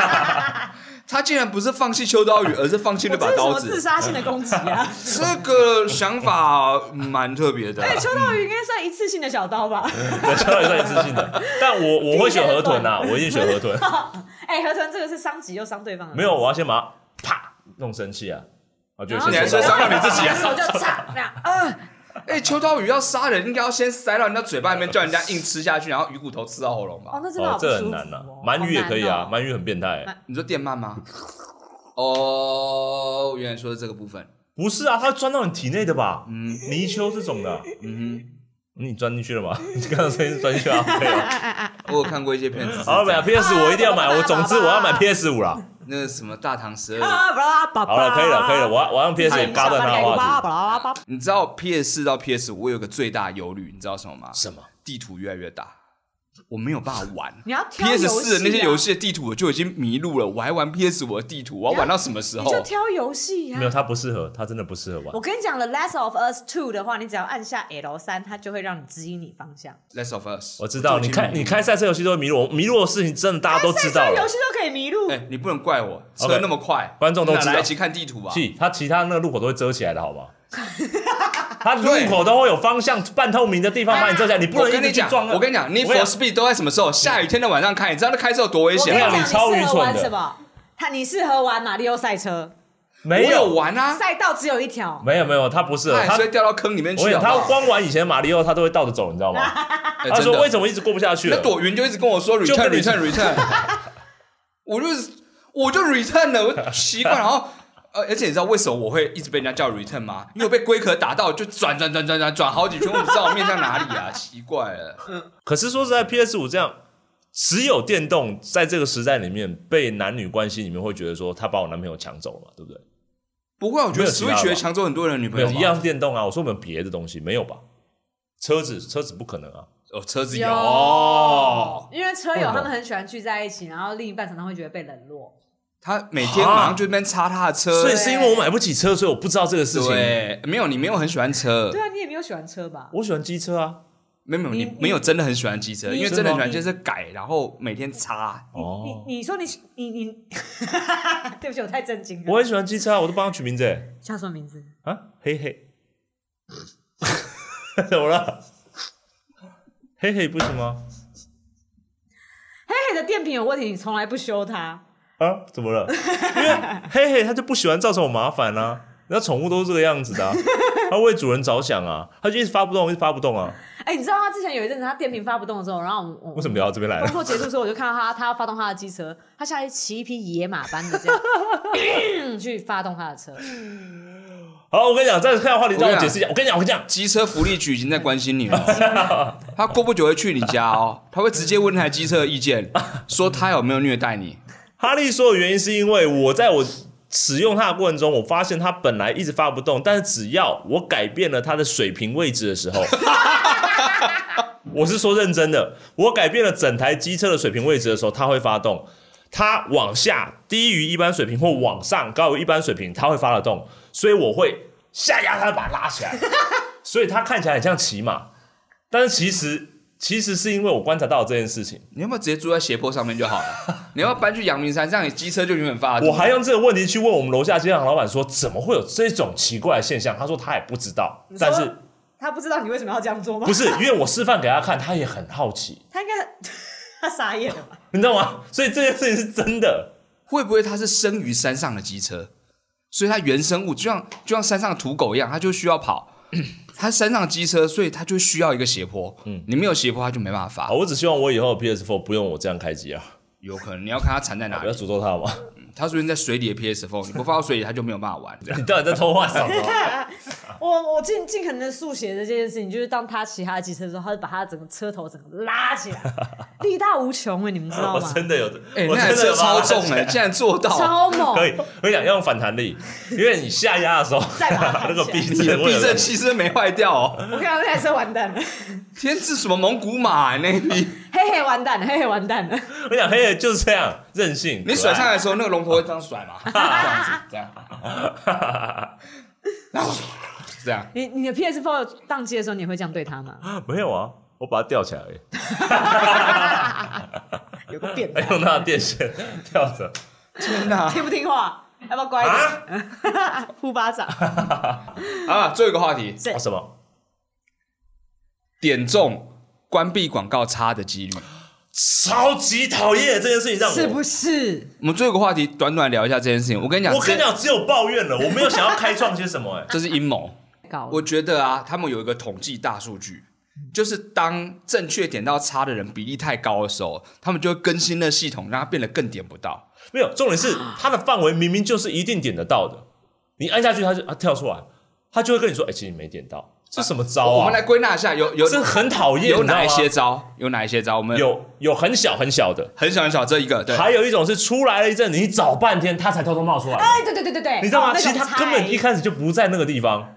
[SPEAKER 2] 他竟然不是放弃秋 刀鱼，而是放弃
[SPEAKER 4] 去？
[SPEAKER 2] 了
[SPEAKER 4] 我这
[SPEAKER 2] 把
[SPEAKER 4] 是什
[SPEAKER 2] 刀
[SPEAKER 4] 么自
[SPEAKER 2] 子。
[SPEAKER 4] 杀性的攻击啊！
[SPEAKER 2] 这个想法蛮特别的。啊
[SPEAKER 4] 而且哎秋刀鱼应该算一次性的小刀吧？
[SPEAKER 3] 对，秋刀鱼算一次性的，但我我会选河豚啊，我一定选河豚。
[SPEAKER 4] 哎，河豚这个是伤己又伤对方的。
[SPEAKER 3] 没有，我要先把它啪弄生气啊！啊，就
[SPEAKER 4] 然
[SPEAKER 3] 是
[SPEAKER 4] 后
[SPEAKER 2] 你还说伤到你自己啊
[SPEAKER 3] 哦
[SPEAKER 4] 手就插这样啊！
[SPEAKER 2] 哎、秋刀鱼要杀人，应该要先塞到人家嘴巴里面，叫人家硬吃下去，然后鱼骨头吃到喉咙吧？
[SPEAKER 4] 哦，那真的
[SPEAKER 3] 哦
[SPEAKER 4] 好，不
[SPEAKER 3] 这很
[SPEAKER 4] 舒服
[SPEAKER 3] 难啊
[SPEAKER 4] 哦。
[SPEAKER 3] 鳗鱼也可以啊，
[SPEAKER 4] 好
[SPEAKER 3] 鳗
[SPEAKER 4] 难哦
[SPEAKER 3] 鱼很变态欸、
[SPEAKER 2] 你说电鳗吗？哦，原来说的这个部分，
[SPEAKER 3] 不是啊，它会钻到你体内的吧？泥鳅这种的啊，
[SPEAKER 2] 嗯
[SPEAKER 3] 你钻进去了吗？ 你刚刚声音钻进去啊？没有。
[SPEAKER 2] 哼，我有看过一些片子是这样，
[SPEAKER 3] 好了没有？PS
[SPEAKER 4] 啊
[SPEAKER 3] 我一定要买，我总之我要买 PS 五啦。
[SPEAKER 2] 那个什么大唐十二，
[SPEAKER 4] 啊，巴拉巴巴
[SPEAKER 3] 好了，可以了，可以了，我要我让 PS
[SPEAKER 4] 哎
[SPEAKER 3] 五嘎断它的
[SPEAKER 4] 巴
[SPEAKER 3] 话
[SPEAKER 4] 拉
[SPEAKER 3] 题。
[SPEAKER 4] 巴拉巴拉
[SPEAKER 2] 你知道 PS 四到 PS 五，我有个最大忧虑，你知道什么吗？
[SPEAKER 3] 什么？
[SPEAKER 2] 地图越来越大，我没有办法玩。
[SPEAKER 4] 你要挑
[SPEAKER 2] PS 四的那些游
[SPEAKER 4] 啊，
[SPEAKER 2] 戏的地图，我就已经迷路了，我还玩 PS 五的地图，我要玩到什么时
[SPEAKER 4] 你
[SPEAKER 2] 候
[SPEAKER 4] 就？挑游戏呀
[SPEAKER 3] 没。有，它不适合，它真的不适合玩
[SPEAKER 4] 我。跟你讲了，《The Last of Us Two》的话，你只要按下 L 三，它就会让你指引你方向。
[SPEAKER 2] Less of Us，
[SPEAKER 3] 我知道，你开你开赛车游戏都会迷路，我迷路的事情真的大家都知道
[SPEAKER 4] 赛车游
[SPEAKER 3] 了。
[SPEAKER 4] 戏都可以迷路
[SPEAKER 2] 哎、，你不能怪我，车
[SPEAKER 3] OK
[SPEAKER 2] 那么快，
[SPEAKER 3] 观众都
[SPEAKER 2] 哪
[SPEAKER 3] 知道
[SPEAKER 2] 来得及看地图啊。
[SPEAKER 3] 屁，它其他那个路口都会遮起来的好 吗？它路
[SPEAKER 2] 对
[SPEAKER 3] 口都会有方向半透明的地方把你遮起来，你不
[SPEAKER 2] 我
[SPEAKER 3] 能一
[SPEAKER 2] 跟
[SPEAKER 3] 直
[SPEAKER 2] 你
[SPEAKER 3] 去
[SPEAKER 2] 讲，
[SPEAKER 3] 撞那。
[SPEAKER 2] 我跟你讲，Need
[SPEAKER 3] 我跟
[SPEAKER 2] for
[SPEAKER 3] 你
[SPEAKER 2] Speed 都在什么时候？下雨天的晚上开，你知道那开车有多危
[SPEAKER 4] 我
[SPEAKER 2] 险
[SPEAKER 4] 跟
[SPEAKER 3] 没有
[SPEAKER 2] 吗？
[SPEAKER 4] 你
[SPEAKER 3] 哎你超
[SPEAKER 4] 讲，
[SPEAKER 3] 愚
[SPEAKER 4] 适合
[SPEAKER 3] 蠢
[SPEAKER 4] 玩
[SPEAKER 3] 的
[SPEAKER 4] 什么？他你适合玩马里奥赛车，
[SPEAKER 3] 没
[SPEAKER 2] 我有玩哎啊，
[SPEAKER 4] 赛道只有一条，
[SPEAKER 3] 没有没有，他不是
[SPEAKER 2] 他
[SPEAKER 3] 他
[SPEAKER 2] 还是，会掉到坑里面
[SPEAKER 3] 我
[SPEAKER 2] 去好
[SPEAKER 3] 有
[SPEAKER 2] 不
[SPEAKER 3] 他
[SPEAKER 2] 好
[SPEAKER 3] 光玩以前马里奥，他都会倒着走，你知道吗？
[SPEAKER 2] 哎
[SPEAKER 3] 他
[SPEAKER 2] 真
[SPEAKER 3] 说
[SPEAKER 2] 的
[SPEAKER 3] 为什么一直过不下去了
[SPEAKER 2] 那？朵云就一直跟我说
[SPEAKER 3] 就
[SPEAKER 2] return
[SPEAKER 3] 跟你
[SPEAKER 2] return return，我就是我就 return 了，我习惯，然后。呃，而且你知道为什么我会一直被人家叫 return 吗？因为我被龟壳打到，就转转转转转转好几圈，我不知道我面向哪里 啊，奇怪了。
[SPEAKER 3] 可是说实在，PS 五这样，只有电动在这个时代里面被男女关系里面会觉得说他把我男朋友抢走了嘛，对不对？
[SPEAKER 2] 不会啊，我觉
[SPEAKER 3] 没
[SPEAKER 2] 得
[SPEAKER 3] 有其他
[SPEAKER 2] Switch
[SPEAKER 3] 吧
[SPEAKER 2] 也抢走很多人的女朋
[SPEAKER 3] 没有
[SPEAKER 2] 友
[SPEAKER 3] 一
[SPEAKER 2] 吧
[SPEAKER 3] 样是电动啊，我说我们别的东西没有吧？车子车子不可能啊，
[SPEAKER 2] 哦，车子有，
[SPEAKER 3] 哦
[SPEAKER 4] 因为车
[SPEAKER 3] 为什
[SPEAKER 4] 友
[SPEAKER 3] 么
[SPEAKER 4] 他们很喜欢聚在一起，然后另一半常常会觉得被冷落。
[SPEAKER 3] 嗯
[SPEAKER 2] 他每天马上就在那边擦他的车，
[SPEAKER 3] 啊所以是因为我买不起车，所以我不知道这个事情。
[SPEAKER 2] 对，没有你没有很喜欢车
[SPEAKER 4] 对，啊，你也没有喜欢车吧？
[SPEAKER 3] 我喜欢机车啊，
[SPEAKER 2] 没有没有你
[SPEAKER 4] 你
[SPEAKER 2] 没有真的很喜欢机车，
[SPEAKER 4] 你
[SPEAKER 2] 因为真的很喜欢机车是改，然后每天擦。
[SPEAKER 3] 哦，
[SPEAKER 4] 你你说你你你， 对不起，我太震惊
[SPEAKER 3] 我
[SPEAKER 4] 了。
[SPEAKER 3] 很喜欢机车啊，我都帮他取名字欸
[SPEAKER 4] 叫什么名字？
[SPEAKER 3] 啊，嘿嘿， 怎么了？嘿嘿，不行吗？
[SPEAKER 4] 嘿嘿的电瓶有问哎题，你从来不修它。
[SPEAKER 3] 啊，怎么了？因为嘿嘿，他就不喜欢造成我麻烦啊。那宠物都是这个样子的、 啊，它为主人着想啊，它就一直发不动，一直发不动啊。
[SPEAKER 4] 哎，你知道他之前有一阵子他电瓶发不动的时候，然后我我
[SPEAKER 3] 为什么聊到这边来
[SPEAKER 4] 工
[SPEAKER 3] 了？
[SPEAKER 4] 作结束之后，我就看到他，他要发动他的机车，他下来骑一匹野马般的 这样去发动他的车。
[SPEAKER 3] 好，我跟你讲，再看话题让我解释一下。我跟你讲，我跟你讲，
[SPEAKER 2] 机车福利局已经在关心你 了，他过不久会去你家哦，他会直接问那台机车的意见， 说他有没有虐待你。
[SPEAKER 3] 哈利说的原因是因为我在我使用它的过程中，我发现它本来一直发不动，但是只要我改变了它的水平位置的时候，我是说认真的，我改变了整台机车的水平位置的时候，它会发动。它往下低于一般水平或往上高于一般水平，它会发得动，所以我会下压它，把它拉起来，所以它看起来很像骑马，但是其实其实是因为我观察到了这件事情。
[SPEAKER 2] 你要不要直接住在斜坡上面就好了？你要不要搬去阳明山，这样你机车就永远发得动。
[SPEAKER 3] 我还用这个问题去问我们楼下街上老板说，怎么会有这种奇怪的现象？他说他也不知道，
[SPEAKER 4] 你说
[SPEAKER 3] 但是
[SPEAKER 4] 他不知道你为什么要这样做吗
[SPEAKER 3] 不？是因为我示范给他看，他也很好奇，
[SPEAKER 4] 他应该 他傻眼了吧？
[SPEAKER 3] 你知道吗？所以这件事情是真的。
[SPEAKER 2] 会不会他是生于山上的机车，所以他原生物就像就像山上的土狗一样，他就需要跑。 他山上的机车，所以他就需要一个斜坡。嗯，你没有斜坡，他就没办法
[SPEAKER 3] 好，
[SPEAKER 2] 发。
[SPEAKER 3] 我只希望我以后 PS4 不用我这样开机啊！
[SPEAKER 2] 有可能你要看他缠在哪
[SPEAKER 3] 不要
[SPEAKER 2] 里。
[SPEAKER 3] 诅咒他好吗？
[SPEAKER 2] 他出现在水里的 PS4，你不放到水里，他就没有办法玩。这样
[SPEAKER 3] 你到底在偷画什么？
[SPEAKER 4] 我我尽尽可能的速写的这件事情，就是当他骑他的机车的时候，他就把他整个车头整个拉起来，力大无穷哎、你们知道
[SPEAKER 3] 我
[SPEAKER 4] 吗？
[SPEAKER 3] 真的有，
[SPEAKER 2] 哎、
[SPEAKER 3] 我
[SPEAKER 2] 那台
[SPEAKER 3] 真的
[SPEAKER 2] 车
[SPEAKER 3] 有把
[SPEAKER 2] 超
[SPEAKER 3] 它
[SPEAKER 2] 重哎、竟然做到，
[SPEAKER 4] 超猛！
[SPEAKER 3] 可以，我跟你讲，要用反弹力，因为你下压的时候，
[SPEAKER 4] 再把 它弹
[SPEAKER 3] 那个避
[SPEAKER 4] 起来
[SPEAKER 3] 震
[SPEAKER 2] 你的
[SPEAKER 3] 会有
[SPEAKER 2] 避震器是不是没坏掉哦？
[SPEAKER 4] 我看到这台车完蛋了，
[SPEAKER 2] 天是什么蒙古马、啊、 那匹？
[SPEAKER 4] 嘿嘿完蛋了，嘿嘿完蛋了。
[SPEAKER 3] 我跟你讲，黑人就是这样任性。
[SPEAKER 2] 你甩上来的时候，那个龙头会这样甩 嘛？这样子，这样，然后这样。
[SPEAKER 4] 你你的 PS4 宕机的时候，你会这样对他吗？
[SPEAKER 3] 没有啊，我把它吊起来而已，
[SPEAKER 4] 有个变态
[SPEAKER 3] 还，用它的电线吊着。
[SPEAKER 2] 天哪！
[SPEAKER 4] 听不听话？要不要乖一点？ 呼巴掌，
[SPEAKER 2] 啊，最后一个话题，
[SPEAKER 4] 对
[SPEAKER 3] 啊什么？
[SPEAKER 2] 点中关闭广告差的几率。
[SPEAKER 3] 超级讨厌这件事情，让我
[SPEAKER 4] 是不是？
[SPEAKER 2] 我们最后一个话题，短短聊一下这件事情。我跟你讲，
[SPEAKER 3] 我跟你
[SPEAKER 2] 这，
[SPEAKER 3] 讲，只有抱怨了，我没有想要开创些什么、哎，
[SPEAKER 2] 这是阴谋。
[SPEAKER 4] 搞
[SPEAKER 2] 我觉得啊，他们有一个统计大数据，就是当正确点到差的人比例太高的时候，他们就会更新那系统，让它变得更点不到。
[SPEAKER 3] 没有。重点是它的范围明明就是一定点得到的，你按下去它就它跳出来，它就会跟你说，哎、其实你没点到，这什么招啊？
[SPEAKER 2] 我们来归纳一下，有有
[SPEAKER 3] 这很啊讨厌，
[SPEAKER 2] 有
[SPEAKER 3] 你知道吗
[SPEAKER 2] 哪一些？招？有哪一些招？我们
[SPEAKER 3] 有有很小很小的，
[SPEAKER 2] 很小很小这一个，对，
[SPEAKER 3] 还有一种是出来了一阵，你找半天它才偷偷冒出来，
[SPEAKER 4] 哎，对对对对对，
[SPEAKER 3] 你知道
[SPEAKER 4] 哦
[SPEAKER 3] 吗？
[SPEAKER 4] 那
[SPEAKER 3] 其
[SPEAKER 4] 种
[SPEAKER 3] 实它根本一
[SPEAKER 4] 菜
[SPEAKER 3] 开始就不在那个地方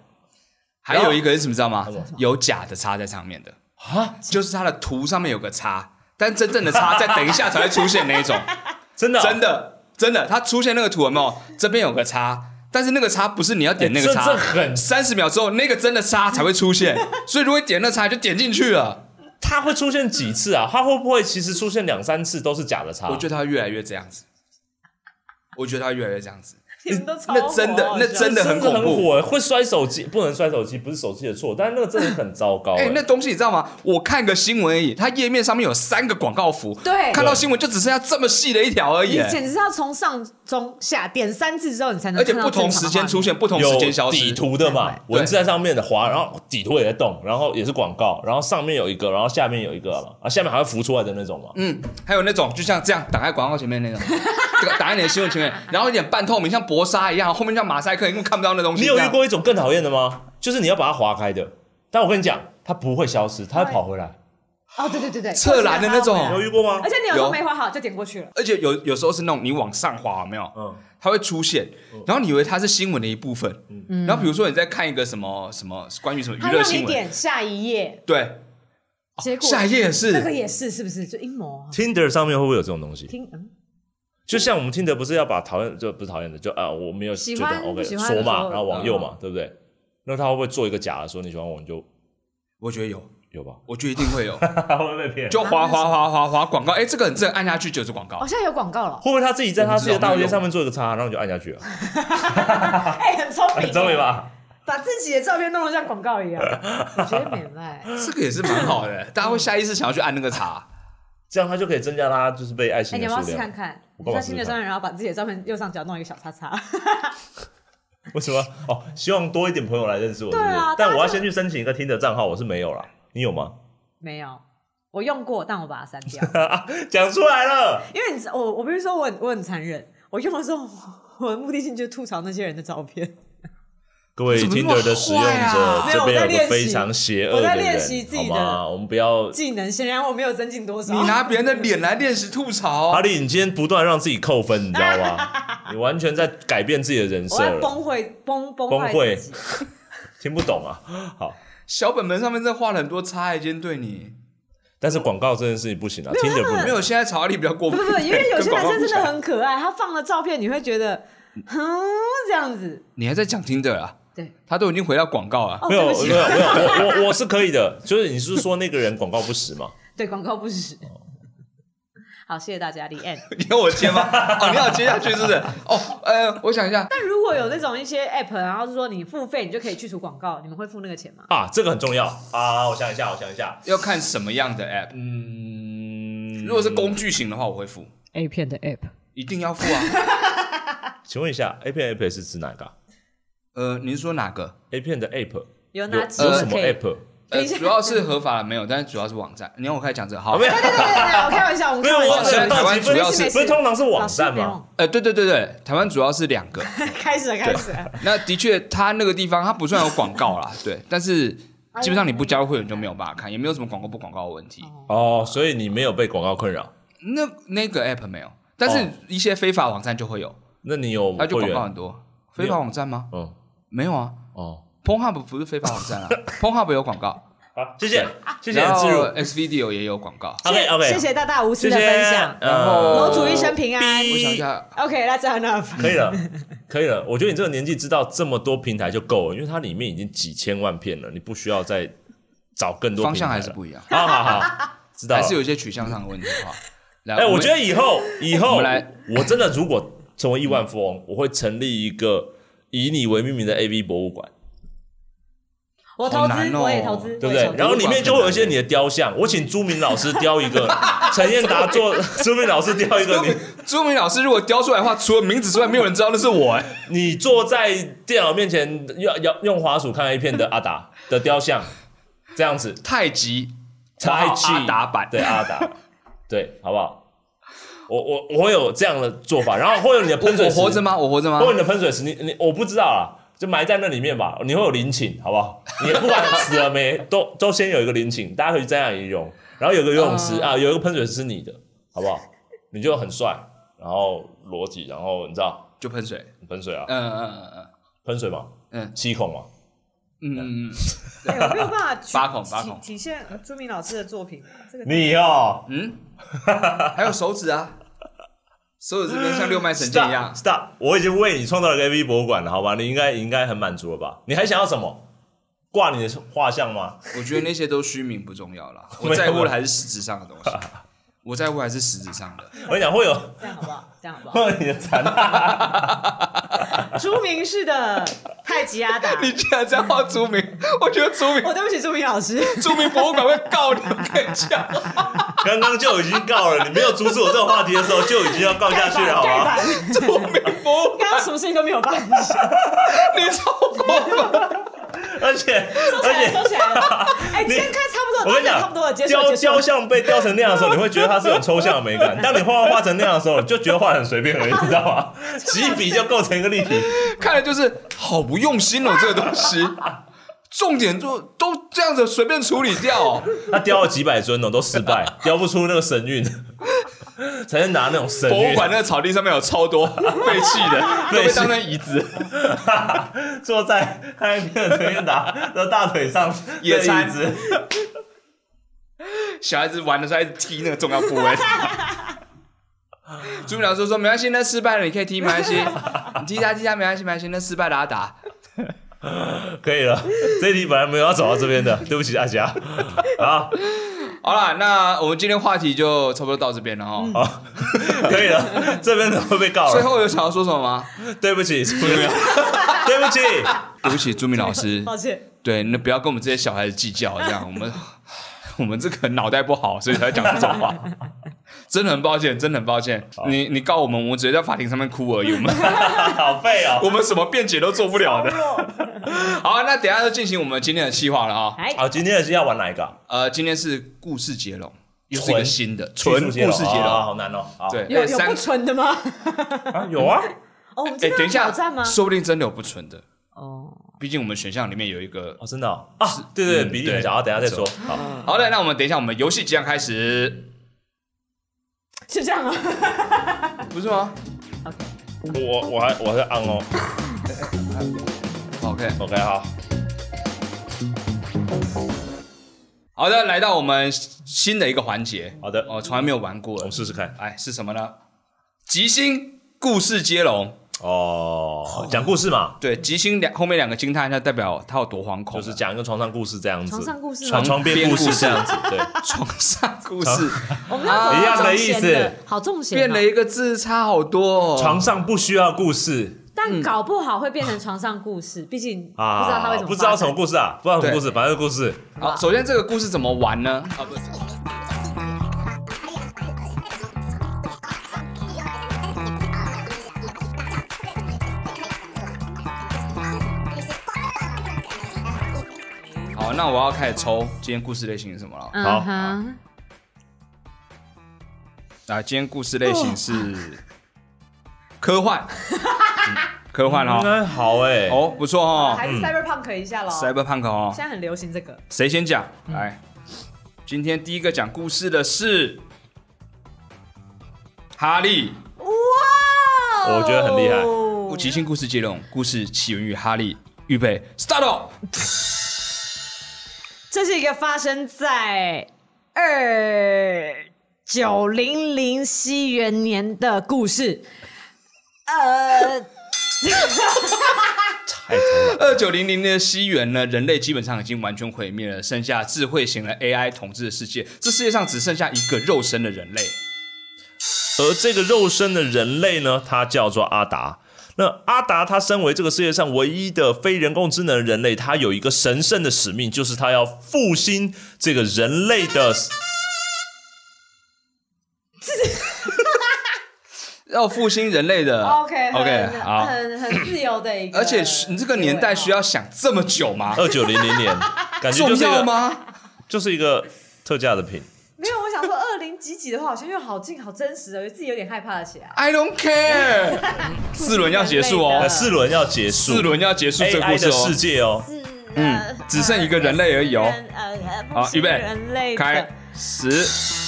[SPEAKER 2] 还有一个是什么知道吗
[SPEAKER 3] 什么？
[SPEAKER 2] 有假的叉在上面的，
[SPEAKER 3] 啊！
[SPEAKER 2] 就是它的图上面有个叉，但真正的叉在等一下才会出现那一种，
[SPEAKER 3] 真的啊、
[SPEAKER 2] 真的真的，它出现那个图有没有？这边有个叉。但是那个叉不是你要点那个
[SPEAKER 3] 哎这
[SPEAKER 2] 叉
[SPEAKER 3] 这，很
[SPEAKER 2] 三十秒之后那个真的叉才会出现， 所以如果点那叉就点进去了。
[SPEAKER 3] 它会出现几次啊？它会不会其实出现两三次都是假的差？
[SPEAKER 2] 我觉得它越来越这样子，我觉得它越来越这样子。
[SPEAKER 4] 你们都超
[SPEAKER 2] 那真的
[SPEAKER 4] 火
[SPEAKER 2] 那
[SPEAKER 4] 好笑
[SPEAKER 2] 真的
[SPEAKER 3] 哎
[SPEAKER 2] 很恐怖
[SPEAKER 3] 火，会摔手机，不能摔手机，不是手机的错，但是那个真的很糟糕、
[SPEAKER 2] 哎、
[SPEAKER 3] 哎
[SPEAKER 2] 那东西你知道吗？我看个新闻而已，它页面上面有三个广告符，
[SPEAKER 4] 对
[SPEAKER 2] 看到新闻就只剩下这么细的一条而已、
[SPEAKER 4] 你
[SPEAKER 2] 哎
[SPEAKER 4] 简直是要从上中下点三次之后，你才能
[SPEAKER 2] 而且
[SPEAKER 4] 看到
[SPEAKER 2] 不同
[SPEAKER 4] 正常的
[SPEAKER 2] 时间
[SPEAKER 4] 画
[SPEAKER 2] 出
[SPEAKER 4] 面，
[SPEAKER 2] 现，不同时间消
[SPEAKER 3] 有底
[SPEAKER 2] 失。哎
[SPEAKER 3] 图的嘛
[SPEAKER 4] 对，
[SPEAKER 3] 文字在上面的滑，然后底图也在动，然后也是广告，然后上面有一个，然后下面有一个嘛，啊，下面还会浮出来的那种嘛。
[SPEAKER 2] 嗯，还有那种就像这样挡在广告前面那种，这个挡在你的新闻前面，然后有点半透明，像薄纱一样，后面像马赛克，你根本看不到那东西。
[SPEAKER 3] 你有
[SPEAKER 2] 这
[SPEAKER 3] 遇
[SPEAKER 2] 样？
[SPEAKER 3] 过一种更讨厌的吗？就是你要把它划开的，但我跟你讲，它不会消失，它
[SPEAKER 2] 哎
[SPEAKER 3] 会跑回来。
[SPEAKER 4] 哦，对对对对，
[SPEAKER 2] 侧栏的那种
[SPEAKER 3] 你有遇过吗
[SPEAKER 4] 而？且你有时候
[SPEAKER 2] 有
[SPEAKER 4] 没画好就点过去了，
[SPEAKER 2] 而且有有时候是那种你往上滑，有没有？
[SPEAKER 3] 嗯，
[SPEAKER 2] 它会出现，然后你以为它是新闻的一部分，然后比如说你在看一个什么什么关于什么
[SPEAKER 4] 他
[SPEAKER 2] 娱乐
[SPEAKER 4] 嗯让你
[SPEAKER 2] 新闻，
[SPEAKER 4] 点下一页，
[SPEAKER 2] 对，
[SPEAKER 4] 结果
[SPEAKER 2] 下一页也
[SPEAKER 4] 那个
[SPEAKER 2] 是，
[SPEAKER 4] 也是是不是就阴谋啊？
[SPEAKER 3] Tinder 上面会不会有这种东西？
[SPEAKER 4] 听嗯，
[SPEAKER 3] 就像我们听的，不是要把讨厌就不是讨厌的，就啊我没有
[SPEAKER 4] 喜
[SPEAKER 3] 觉得
[SPEAKER 4] 欢
[SPEAKER 3] 很 OK
[SPEAKER 4] 不喜欢
[SPEAKER 3] 说
[SPEAKER 4] 的时
[SPEAKER 3] 嘛，
[SPEAKER 4] 候嗯
[SPEAKER 3] 然后往右嘛，对不对？那他会不会做一个假的说你喜欢我你就
[SPEAKER 2] 我觉得有，
[SPEAKER 3] 有吧？
[SPEAKER 2] 我觉得一定会有，
[SPEAKER 3] 他会被骗？
[SPEAKER 2] 就滑滑滑滑滑广告，哎，这个很正，按下去就是广告
[SPEAKER 4] 哦，，现在有广告了，
[SPEAKER 3] 会不会他自己在他自己的大头贴上面做一个叉，然后你就按下去啊了？
[SPEAKER 4] 哎，很聪明，
[SPEAKER 3] 很聪明？吧？
[SPEAKER 4] 把自己的照片弄得像广告 一样，我觉得美卖。
[SPEAKER 2] 这个也是蛮好的，大家会下意识想要去按那个查，
[SPEAKER 3] 这样他就可以增加他就是被爱
[SPEAKER 4] 哎，
[SPEAKER 3] 心
[SPEAKER 4] 你
[SPEAKER 3] 的
[SPEAKER 4] 要不
[SPEAKER 3] 数
[SPEAKER 4] 要试看
[SPEAKER 3] 量。
[SPEAKER 4] 看？
[SPEAKER 3] 我
[SPEAKER 4] 你
[SPEAKER 3] 干嘛
[SPEAKER 4] 在
[SPEAKER 3] 试
[SPEAKER 4] 新的
[SPEAKER 3] 看
[SPEAKER 4] 照片，然后把自己的照片右上角弄一个小叉叉。
[SPEAKER 3] 为什么？哦，希望多一点朋友来认识我，是不
[SPEAKER 4] 对
[SPEAKER 3] 是
[SPEAKER 4] 啊？
[SPEAKER 3] 但
[SPEAKER 4] 大家
[SPEAKER 3] 我要
[SPEAKER 4] 就
[SPEAKER 3] 先去申请一个听的账号，我是没有啦。你有吗？
[SPEAKER 4] 没有，我用过，但我把它删 掉，
[SPEAKER 3] 讲出来了，
[SPEAKER 4] 因为你知我我比如说我很我很残忍，我用的时候 我的目的性就是吐槽那些人的照片，
[SPEAKER 3] 各位
[SPEAKER 2] 怎么那么
[SPEAKER 3] Tinder 的使用
[SPEAKER 2] 坏啊
[SPEAKER 3] 者，这
[SPEAKER 4] 没
[SPEAKER 3] 边
[SPEAKER 4] 有我在
[SPEAKER 3] 有个
[SPEAKER 4] 练习
[SPEAKER 3] 非常邪恶
[SPEAKER 4] 我
[SPEAKER 3] 的
[SPEAKER 4] 在练习
[SPEAKER 3] 人，
[SPEAKER 4] 自
[SPEAKER 3] 好
[SPEAKER 4] 己的
[SPEAKER 3] 吗？我们不要
[SPEAKER 4] 技能显然我没有增进多少。
[SPEAKER 2] 你拿别人的脸来练习吐槽
[SPEAKER 4] 哦
[SPEAKER 2] 啊
[SPEAKER 3] 哈，利，你今天不断让自己扣分，你知道 吗？你完全在改变自己的人设
[SPEAKER 4] 我要
[SPEAKER 3] 了，
[SPEAKER 4] 崩溃崩崩
[SPEAKER 3] 崩
[SPEAKER 4] 坏
[SPEAKER 3] 溃
[SPEAKER 4] 自己。
[SPEAKER 3] 听不懂啊。好，
[SPEAKER 2] 小本本上面真的画了很多差，哎今天对你
[SPEAKER 3] 但是广告这件事情不行啊，听着不
[SPEAKER 2] 没
[SPEAKER 3] 能。
[SPEAKER 2] 有，现在查理比较过
[SPEAKER 4] 呃不
[SPEAKER 2] 分
[SPEAKER 4] 不，不，因 为有
[SPEAKER 2] 跟
[SPEAKER 4] 些
[SPEAKER 2] 广告
[SPEAKER 4] 男生真
[SPEAKER 2] 比起
[SPEAKER 4] 的
[SPEAKER 2] 来
[SPEAKER 4] 很可爱，他放了照片，你会觉得，哼，这样子，
[SPEAKER 2] 你还在讲听的啊？
[SPEAKER 4] 对，
[SPEAKER 2] 他都已经回到广告啊了，
[SPEAKER 4] 哦，
[SPEAKER 3] 没
[SPEAKER 4] 对
[SPEAKER 3] 有，
[SPEAKER 4] 不
[SPEAKER 3] 没
[SPEAKER 4] 起，
[SPEAKER 3] 有，没有，我 我我是可以的，就是你是说那个人广告不实嘛？
[SPEAKER 4] 对广告不实。
[SPEAKER 3] 哦
[SPEAKER 4] 好，谢谢大家，李 n
[SPEAKER 2] 你要我接吗？哦，你要我接下去是不是？哦，呃，我想一下，
[SPEAKER 4] 但如果 有那种一些 app，然后是说你付费，你就可以去除广告，你们会付那个钱吗？
[SPEAKER 3] 啊，这个很重要啊！我想一下，我想一下，
[SPEAKER 2] 要看什么样的 app。
[SPEAKER 3] 嗯，
[SPEAKER 2] 如果是工具型的话，我会付，
[SPEAKER 4] A 片的 app，
[SPEAKER 2] 一定要付 啊。
[SPEAKER 3] 请问一下，A 片 app 是指哪个啊
[SPEAKER 2] 呃，您说哪个？
[SPEAKER 3] ？A 片的 app
[SPEAKER 4] 有
[SPEAKER 3] 有
[SPEAKER 4] 哪几
[SPEAKER 3] 有
[SPEAKER 4] 个
[SPEAKER 3] 什么
[SPEAKER 4] 可以？
[SPEAKER 3] app？
[SPEAKER 2] 呃
[SPEAKER 4] 等一下
[SPEAKER 2] 主要是合法没有，但是主要是网站。你看我开始讲这个，好
[SPEAKER 3] 啊没，有
[SPEAKER 4] 对对对对对，我开玩笑，我们
[SPEAKER 3] 没
[SPEAKER 4] 开
[SPEAKER 3] 有，
[SPEAKER 4] 玩
[SPEAKER 3] 我只
[SPEAKER 4] 笑。
[SPEAKER 2] 现
[SPEAKER 3] 能
[SPEAKER 2] 在
[SPEAKER 3] 到
[SPEAKER 2] 台
[SPEAKER 3] 几
[SPEAKER 2] 湾
[SPEAKER 3] 分
[SPEAKER 2] 主要
[SPEAKER 4] 是
[SPEAKER 3] 不是通常是网站吗？
[SPEAKER 4] 嘛？
[SPEAKER 2] 呃，对对对对，台湾主要是两个。
[SPEAKER 4] 开始了，开始了。
[SPEAKER 2] 那的确，它那个地方它不算有广告 啦，对，但是基本上你不加入会员就没有办法看，也没有什么广告不广告的问题。
[SPEAKER 3] 哦，所以你没有被广告困扰，
[SPEAKER 2] 那那个 app 没有，但是
[SPEAKER 3] 哦
[SPEAKER 2] 一些非法网站就会有，
[SPEAKER 3] 那你有
[SPEAKER 2] 它就
[SPEAKER 3] 会
[SPEAKER 2] 广告
[SPEAKER 3] 员？
[SPEAKER 2] 很多。
[SPEAKER 3] 没
[SPEAKER 2] 非
[SPEAKER 3] 有
[SPEAKER 2] 法网站吗？
[SPEAKER 3] 嗯，
[SPEAKER 2] 没有啊
[SPEAKER 3] 哦，
[SPEAKER 2] ，Pornhub 不是非法网站 啊，Pornhub 有广告，
[SPEAKER 3] 好，谢谢，谢谢
[SPEAKER 2] 然后
[SPEAKER 3] 自入。
[SPEAKER 2] Xvideo 也有广告。
[SPEAKER 3] OK OK，
[SPEAKER 4] 谢谢大大无私的分享，
[SPEAKER 3] 呃
[SPEAKER 2] 然后嗯
[SPEAKER 4] 楼主一生平安。
[SPEAKER 2] 我想一下，
[SPEAKER 4] OK，that's enough。
[SPEAKER 3] 可以了，可以了。我觉得你这个年纪知道这么多平台就够了，因为它里面已经几千万片了，你不需要再找更多
[SPEAKER 2] 方向
[SPEAKER 3] 平台
[SPEAKER 2] 还
[SPEAKER 3] 了
[SPEAKER 2] 是不一样，
[SPEAKER 3] 好好好，知道
[SPEAKER 2] 还
[SPEAKER 3] 了
[SPEAKER 2] 是。有一些取向上的问题哈。来，
[SPEAKER 3] 哎、我
[SPEAKER 2] 们
[SPEAKER 3] 觉得以后以后
[SPEAKER 2] 我们来
[SPEAKER 3] 我真的如果成为亿万富翁，我会成立一个以你为命名的 A V 博物馆，
[SPEAKER 4] 我投
[SPEAKER 2] 好难
[SPEAKER 4] 资，
[SPEAKER 2] 哦
[SPEAKER 4] 我也投资，
[SPEAKER 3] 对不
[SPEAKER 4] 我也
[SPEAKER 3] 对
[SPEAKER 4] 投？资
[SPEAKER 3] 然后里面就会有一些你的雕像，我请朱明老师雕一 个，陈彦达做，朱明老师雕一个你。
[SPEAKER 2] 朱明老师如果雕出来的话，除了名字之外，没有人知道那是我。哎，
[SPEAKER 3] 你坐在电脑面前用用用滑鼠看 A 片的 阿达的雕像，这样子，
[SPEAKER 2] 太极，
[SPEAKER 3] 太极
[SPEAKER 2] 阿达版，
[SPEAKER 3] 对阿达，对，好不好？我我我会有这样的做法，然后会有你的
[SPEAKER 2] 我
[SPEAKER 3] 喷水
[SPEAKER 2] 我
[SPEAKER 3] 池，
[SPEAKER 2] 活着吗？我活着吗
[SPEAKER 3] 会？有你的喷水池，你你我不知道啊，就埋在那里面吧，你会有陵寝，好不好？你不管死了 没，都都先有一个陵寝，大家可以去瞻仰遗容，然后有个游泳池、
[SPEAKER 2] 啊
[SPEAKER 3] 啊，有一个喷水池是你的，好不好？你就很帅，然后裸体，然后你知道
[SPEAKER 2] 就喷水。
[SPEAKER 3] 喷水啊，
[SPEAKER 2] 嗯嗯嗯
[SPEAKER 3] 喷水嘛，
[SPEAKER 2] 嗯
[SPEAKER 3] 七孔嘛，
[SPEAKER 2] 嗯嗯嗯，
[SPEAKER 4] 哎我没有办法体
[SPEAKER 2] 八孔八孔
[SPEAKER 4] 体体现朱明老师的作品。这个
[SPEAKER 3] 你哦，
[SPEAKER 2] 嗯，还有手指啊，手指这边像六脉神剑一
[SPEAKER 3] Stop
[SPEAKER 2] 样。
[SPEAKER 3] Stop！我已经为你创造了一个 AV 博物馆了，好吧？你应该你应该很满足了吧？你还想要什么？挂你的画像吗？
[SPEAKER 2] 我觉得那些都虚名不重要 了，
[SPEAKER 3] 有
[SPEAKER 2] 我在乎的还是实质上的东 西。我在乎还是实质上的。
[SPEAKER 3] 我跟你讲，会有
[SPEAKER 4] 这样好不好？这样好不
[SPEAKER 3] 会
[SPEAKER 4] 好？
[SPEAKER 3] 有你的残骸。
[SPEAKER 4] 朱明式的太极阿达。
[SPEAKER 2] 你竟然在画朱明， 我觉得朱明
[SPEAKER 4] 我对不起朱明老师，
[SPEAKER 2] 朱明博物馆会告你，我跟你 讲。
[SPEAKER 3] 刚刚就已经告了，你没有阻止我这个话题的时候，就已经要告下去了，好
[SPEAKER 4] 盖
[SPEAKER 3] 吧
[SPEAKER 4] 板？，
[SPEAKER 2] 朱明博物
[SPEAKER 4] 刚刚什么事情都没有办法，
[SPEAKER 2] 你超过分，
[SPEAKER 3] 而且
[SPEAKER 4] 收
[SPEAKER 3] 而
[SPEAKER 4] 起来，
[SPEAKER 3] 且，
[SPEAKER 4] 收起 来了。哎，今天看差不多，
[SPEAKER 3] 我跟你
[SPEAKER 4] 大家
[SPEAKER 3] 讲
[SPEAKER 4] 差不多了，结束
[SPEAKER 3] 雕
[SPEAKER 4] 了，结束
[SPEAKER 3] 雕
[SPEAKER 4] 了。
[SPEAKER 3] 像被雕成那样的时候，你会觉得它是有抽象的美感；当你画画画成那样的时候，你就觉得画得很随便而已，你知道 吗？几笔就构成一个立体。
[SPEAKER 2] 看来就是好不用心哦，这个东西。重点就都这样子随便处理掉、 哦，
[SPEAKER 3] 他雕了几百尊哦，都 失败，雕不出那个神韵，才能拿那种神韵。
[SPEAKER 2] 博物馆那个草地上面有超多废弃的， 都被当成椅子。
[SPEAKER 3] 坐在汉克的陈彦达的大腿上
[SPEAKER 2] 野餐
[SPEAKER 3] 的椅子，
[SPEAKER 2] 小孩子玩的时候一直踢那个重要部 位。朱明老师说：“没关系，那失败了，你可以踢，没关 系，你踢他踢他没关系，没关系，那失败了他打。
[SPEAKER 3] 可以了。这一题本来没有要走到这边的，对不起大家。 好，”
[SPEAKER 2] 好了，那我们今天话题就差不多到这边了哈。
[SPEAKER 3] 好， 可以了。这边的会被告
[SPEAKER 2] 最
[SPEAKER 3] 了，
[SPEAKER 2] 后有想要说什么吗？
[SPEAKER 3] 对不起， 朱明对不起。
[SPEAKER 2] 对不起，朱明老 师，
[SPEAKER 4] 抱歉，
[SPEAKER 2] 对，那不要跟我们这些小孩子计较，这样我们 我们这个脑袋不好，所以才会讲这种 话。真的很抱歉，真的很抱歉。你你告我们，我们直接在法庭上面哭而已，我们
[SPEAKER 3] 好废哦。
[SPEAKER 2] 我们什么辩解都做不了的。
[SPEAKER 4] 弱
[SPEAKER 2] 好啊，那等一下就进行我们今天的计划了啊。
[SPEAKER 4] 哎，
[SPEAKER 3] 好，今天的是要玩哪一个啊？
[SPEAKER 2] 呃，今天是故事接龙，又是一个
[SPEAKER 3] 纯
[SPEAKER 2] 新的纯故
[SPEAKER 3] 叙
[SPEAKER 2] 事
[SPEAKER 3] 述
[SPEAKER 2] 接
[SPEAKER 3] 接龙啊
[SPEAKER 2] 龙。
[SPEAKER 3] 好难哦。好
[SPEAKER 2] 对，
[SPEAKER 4] 有
[SPEAKER 2] 哎
[SPEAKER 4] 有
[SPEAKER 2] 三
[SPEAKER 4] 不纯的吗？
[SPEAKER 3] 啊，有啊，
[SPEAKER 4] 哦，我们
[SPEAKER 2] 哎
[SPEAKER 4] 今，天
[SPEAKER 2] 等
[SPEAKER 4] 要
[SPEAKER 2] 一下
[SPEAKER 4] 挑战吗，？
[SPEAKER 2] 说不定真的有不纯的，
[SPEAKER 4] 哦，
[SPEAKER 2] 毕竟我们选项里面有一个。
[SPEAKER 3] 哦，真的哦啊，对对，
[SPEAKER 2] 嗯
[SPEAKER 3] 对比例
[SPEAKER 2] 对
[SPEAKER 3] 很小，好等一下再说
[SPEAKER 2] 没。
[SPEAKER 3] 好，
[SPEAKER 2] 好的，那我们等一下，我们游戏即将开始，
[SPEAKER 4] 是这样吗？
[SPEAKER 2] 不是吗
[SPEAKER 3] 我我还我还在按哦。
[SPEAKER 2] ？OK，
[SPEAKER 3] OK，好，
[SPEAKER 2] 好的，来到我们新的一个环节，
[SPEAKER 3] 好的，
[SPEAKER 2] 我从来没有玩过
[SPEAKER 3] 我
[SPEAKER 2] 的
[SPEAKER 3] 们，试试看。
[SPEAKER 2] 哎，是什么呢？即兴故事接龙，
[SPEAKER 3] 哦，讲故事嘛，
[SPEAKER 2] 对，即兴两后面两个惊叹一下，代表它有多惶恐
[SPEAKER 3] 就
[SPEAKER 2] 啊，
[SPEAKER 3] 是讲一个床上故事这样子，
[SPEAKER 4] 床上故事吗
[SPEAKER 3] 床床边
[SPEAKER 2] 床
[SPEAKER 3] 故
[SPEAKER 2] 边故
[SPEAKER 3] 事
[SPEAKER 2] 事
[SPEAKER 3] 这样子，对，
[SPEAKER 2] 床上故事，
[SPEAKER 4] 我们要走
[SPEAKER 3] 啊一样的
[SPEAKER 4] 重
[SPEAKER 3] 意
[SPEAKER 4] 咸
[SPEAKER 3] 思
[SPEAKER 4] 的，好重咸哦，
[SPEAKER 2] 变了一个字，差好多、哦。
[SPEAKER 3] 床上不需要故事
[SPEAKER 4] 但搞不好会变成床上故事，毕竟不知
[SPEAKER 3] 啊，
[SPEAKER 4] 道他会怎么发展，
[SPEAKER 3] 不知道什么故事啊，不知道什么
[SPEAKER 2] 对
[SPEAKER 3] 故事，反正故事
[SPEAKER 2] 好，首先这个故事怎么玩呢？啊，不是，好，好，那我要开始抽今天故事类型是什么了？
[SPEAKER 3] 好
[SPEAKER 4] 嗯哼，
[SPEAKER 2] 啊，今天故事类型是
[SPEAKER 4] 哦
[SPEAKER 2] 科 幻，科幻哈、
[SPEAKER 3] 那好哎、
[SPEAKER 2] 哦，不错哦
[SPEAKER 4] 还是 cyberpunk 一下喽。
[SPEAKER 2] ，Cyberpunk 哦
[SPEAKER 4] 现，在很流行这个，
[SPEAKER 2] 谁先讲？
[SPEAKER 4] 嗯
[SPEAKER 2] 来，今天第一个讲故事的是哈利。
[SPEAKER 4] 哇哦，
[SPEAKER 3] 我觉得很厉害
[SPEAKER 2] 《即兴故事接龙》，故事起源于哈利。预备，start！
[SPEAKER 4] 这是一个发生在二九零零西元年的故事。呃，
[SPEAKER 3] 太头了，
[SPEAKER 2] 二九零零的西元呢，人类基本上已经完全毁灭了，剩下智慧型的 AI 统治的世界。这世界上只剩下一个肉身的人类。
[SPEAKER 3] 而这个肉身的人类呢，他叫做阿达。那阿达他身为这个世界上唯一的非人工智能人类，他有一个神圣的使命，就是他要复兴这个人类的。
[SPEAKER 2] 要复兴人类的
[SPEAKER 4] OK
[SPEAKER 2] OK 好，
[SPEAKER 4] 很很自由的一个，啊
[SPEAKER 2] 而且你这个年代需要想这么久吗？
[SPEAKER 3] 二九零零年，感觉就
[SPEAKER 2] 重
[SPEAKER 3] 是一
[SPEAKER 2] 要
[SPEAKER 3] 个
[SPEAKER 2] 吗？
[SPEAKER 3] 就是一个特价的品。
[SPEAKER 4] 没有，我想说二零几几的话，好像又好近好真实的，啊我自己有点害怕了起来。
[SPEAKER 2] I don't care。四轮要结束哦
[SPEAKER 3] 呃，，四轮要结束，
[SPEAKER 2] 四轮要结束这个故
[SPEAKER 3] AI
[SPEAKER 2] 事
[SPEAKER 3] 的世
[SPEAKER 2] 哦。
[SPEAKER 3] 界哦，
[SPEAKER 2] 嗯只剩一个人类而已哦
[SPEAKER 4] 呃呃，
[SPEAKER 2] 好，预备
[SPEAKER 4] 人类，的
[SPEAKER 2] 开始。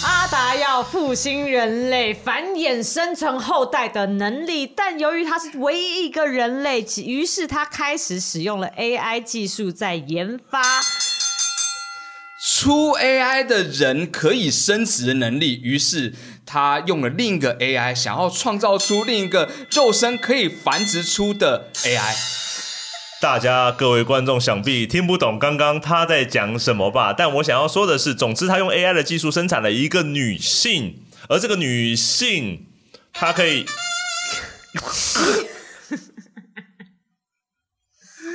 [SPEAKER 4] 阿达要复兴人类繁衍生存后代的能力，但由于他是唯一一个人类，其于是他开始使用了 AI 技术在研发。哦
[SPEAKER 2] 出 AI 的人可以升职的能力，于是他用了另一个 AI，想要创造出另一个肉身可以繁殖出的 AI。
[SPEAKER 3] 大家各位观众想必听不懂刚刚他在讲什么吧？但我想要说的是，总之他用 AI 的技术生产了一个女性，而这个女性她可以